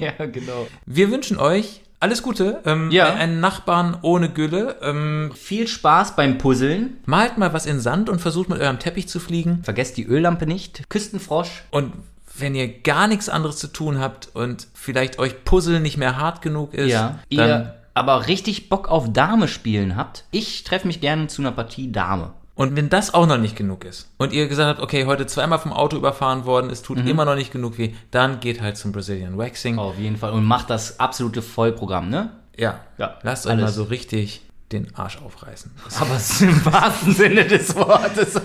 ja, genau. Wir wünschen euch alles Gute. Ähm, Ja. Einen Nachbarn ohne Gülle. Ähm, Viel Spaß beim Puzzeln. malt mal was in Sand und versucht mit eurem Teppich zu fliegen. Vergesst die Öllampe nicht. Küstenfrosch. Und wenn ihr gar nichts anderes zu tun habt und vielleicht euch Puzzle nicht mehr hart genug ist, dann Ihr aber richtig Bock auf Dame spielen habt. Ich treffe mich gerne zu einer Partie Dame. Und wenn das auch noch nicht genug ist und ihr gesagt habt, okay, heute zweimal vom Auto überfahren worden, es Mhm. tut immer noch nicht genug weh, dann geht halt zum Brazilian Waxing. Auf jeden Fall. Und macht das absolute Vollprogramm, ne? Ja. Ja, lasst euch alles. mal so richtig den Arsch aufreißen. *laughs* Aber es ist im wahrsten Sinne des Wortes.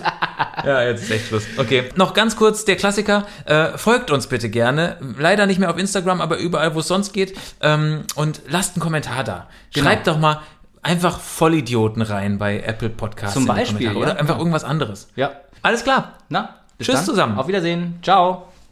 Ja, jetzt ist echt Schluss. Okay, noch ganz kurz der Klassiker. Äh, folgt uns bitte gerne. Leider nicht mehr auf Instagram, aber überall, wo es sonst geht. Ähm, und lasst einen Kommentar da. Genau. Schreibt doch mal einfach Vollidioten rein bei Apple Podcasts. Zum in die Beispiel, Kommentare ja. Oder einfach irgendwas anderes. Ja. Alles klar. Na, bis Tschüss dann. zusammen. Auf Wiedersehen. Ciao.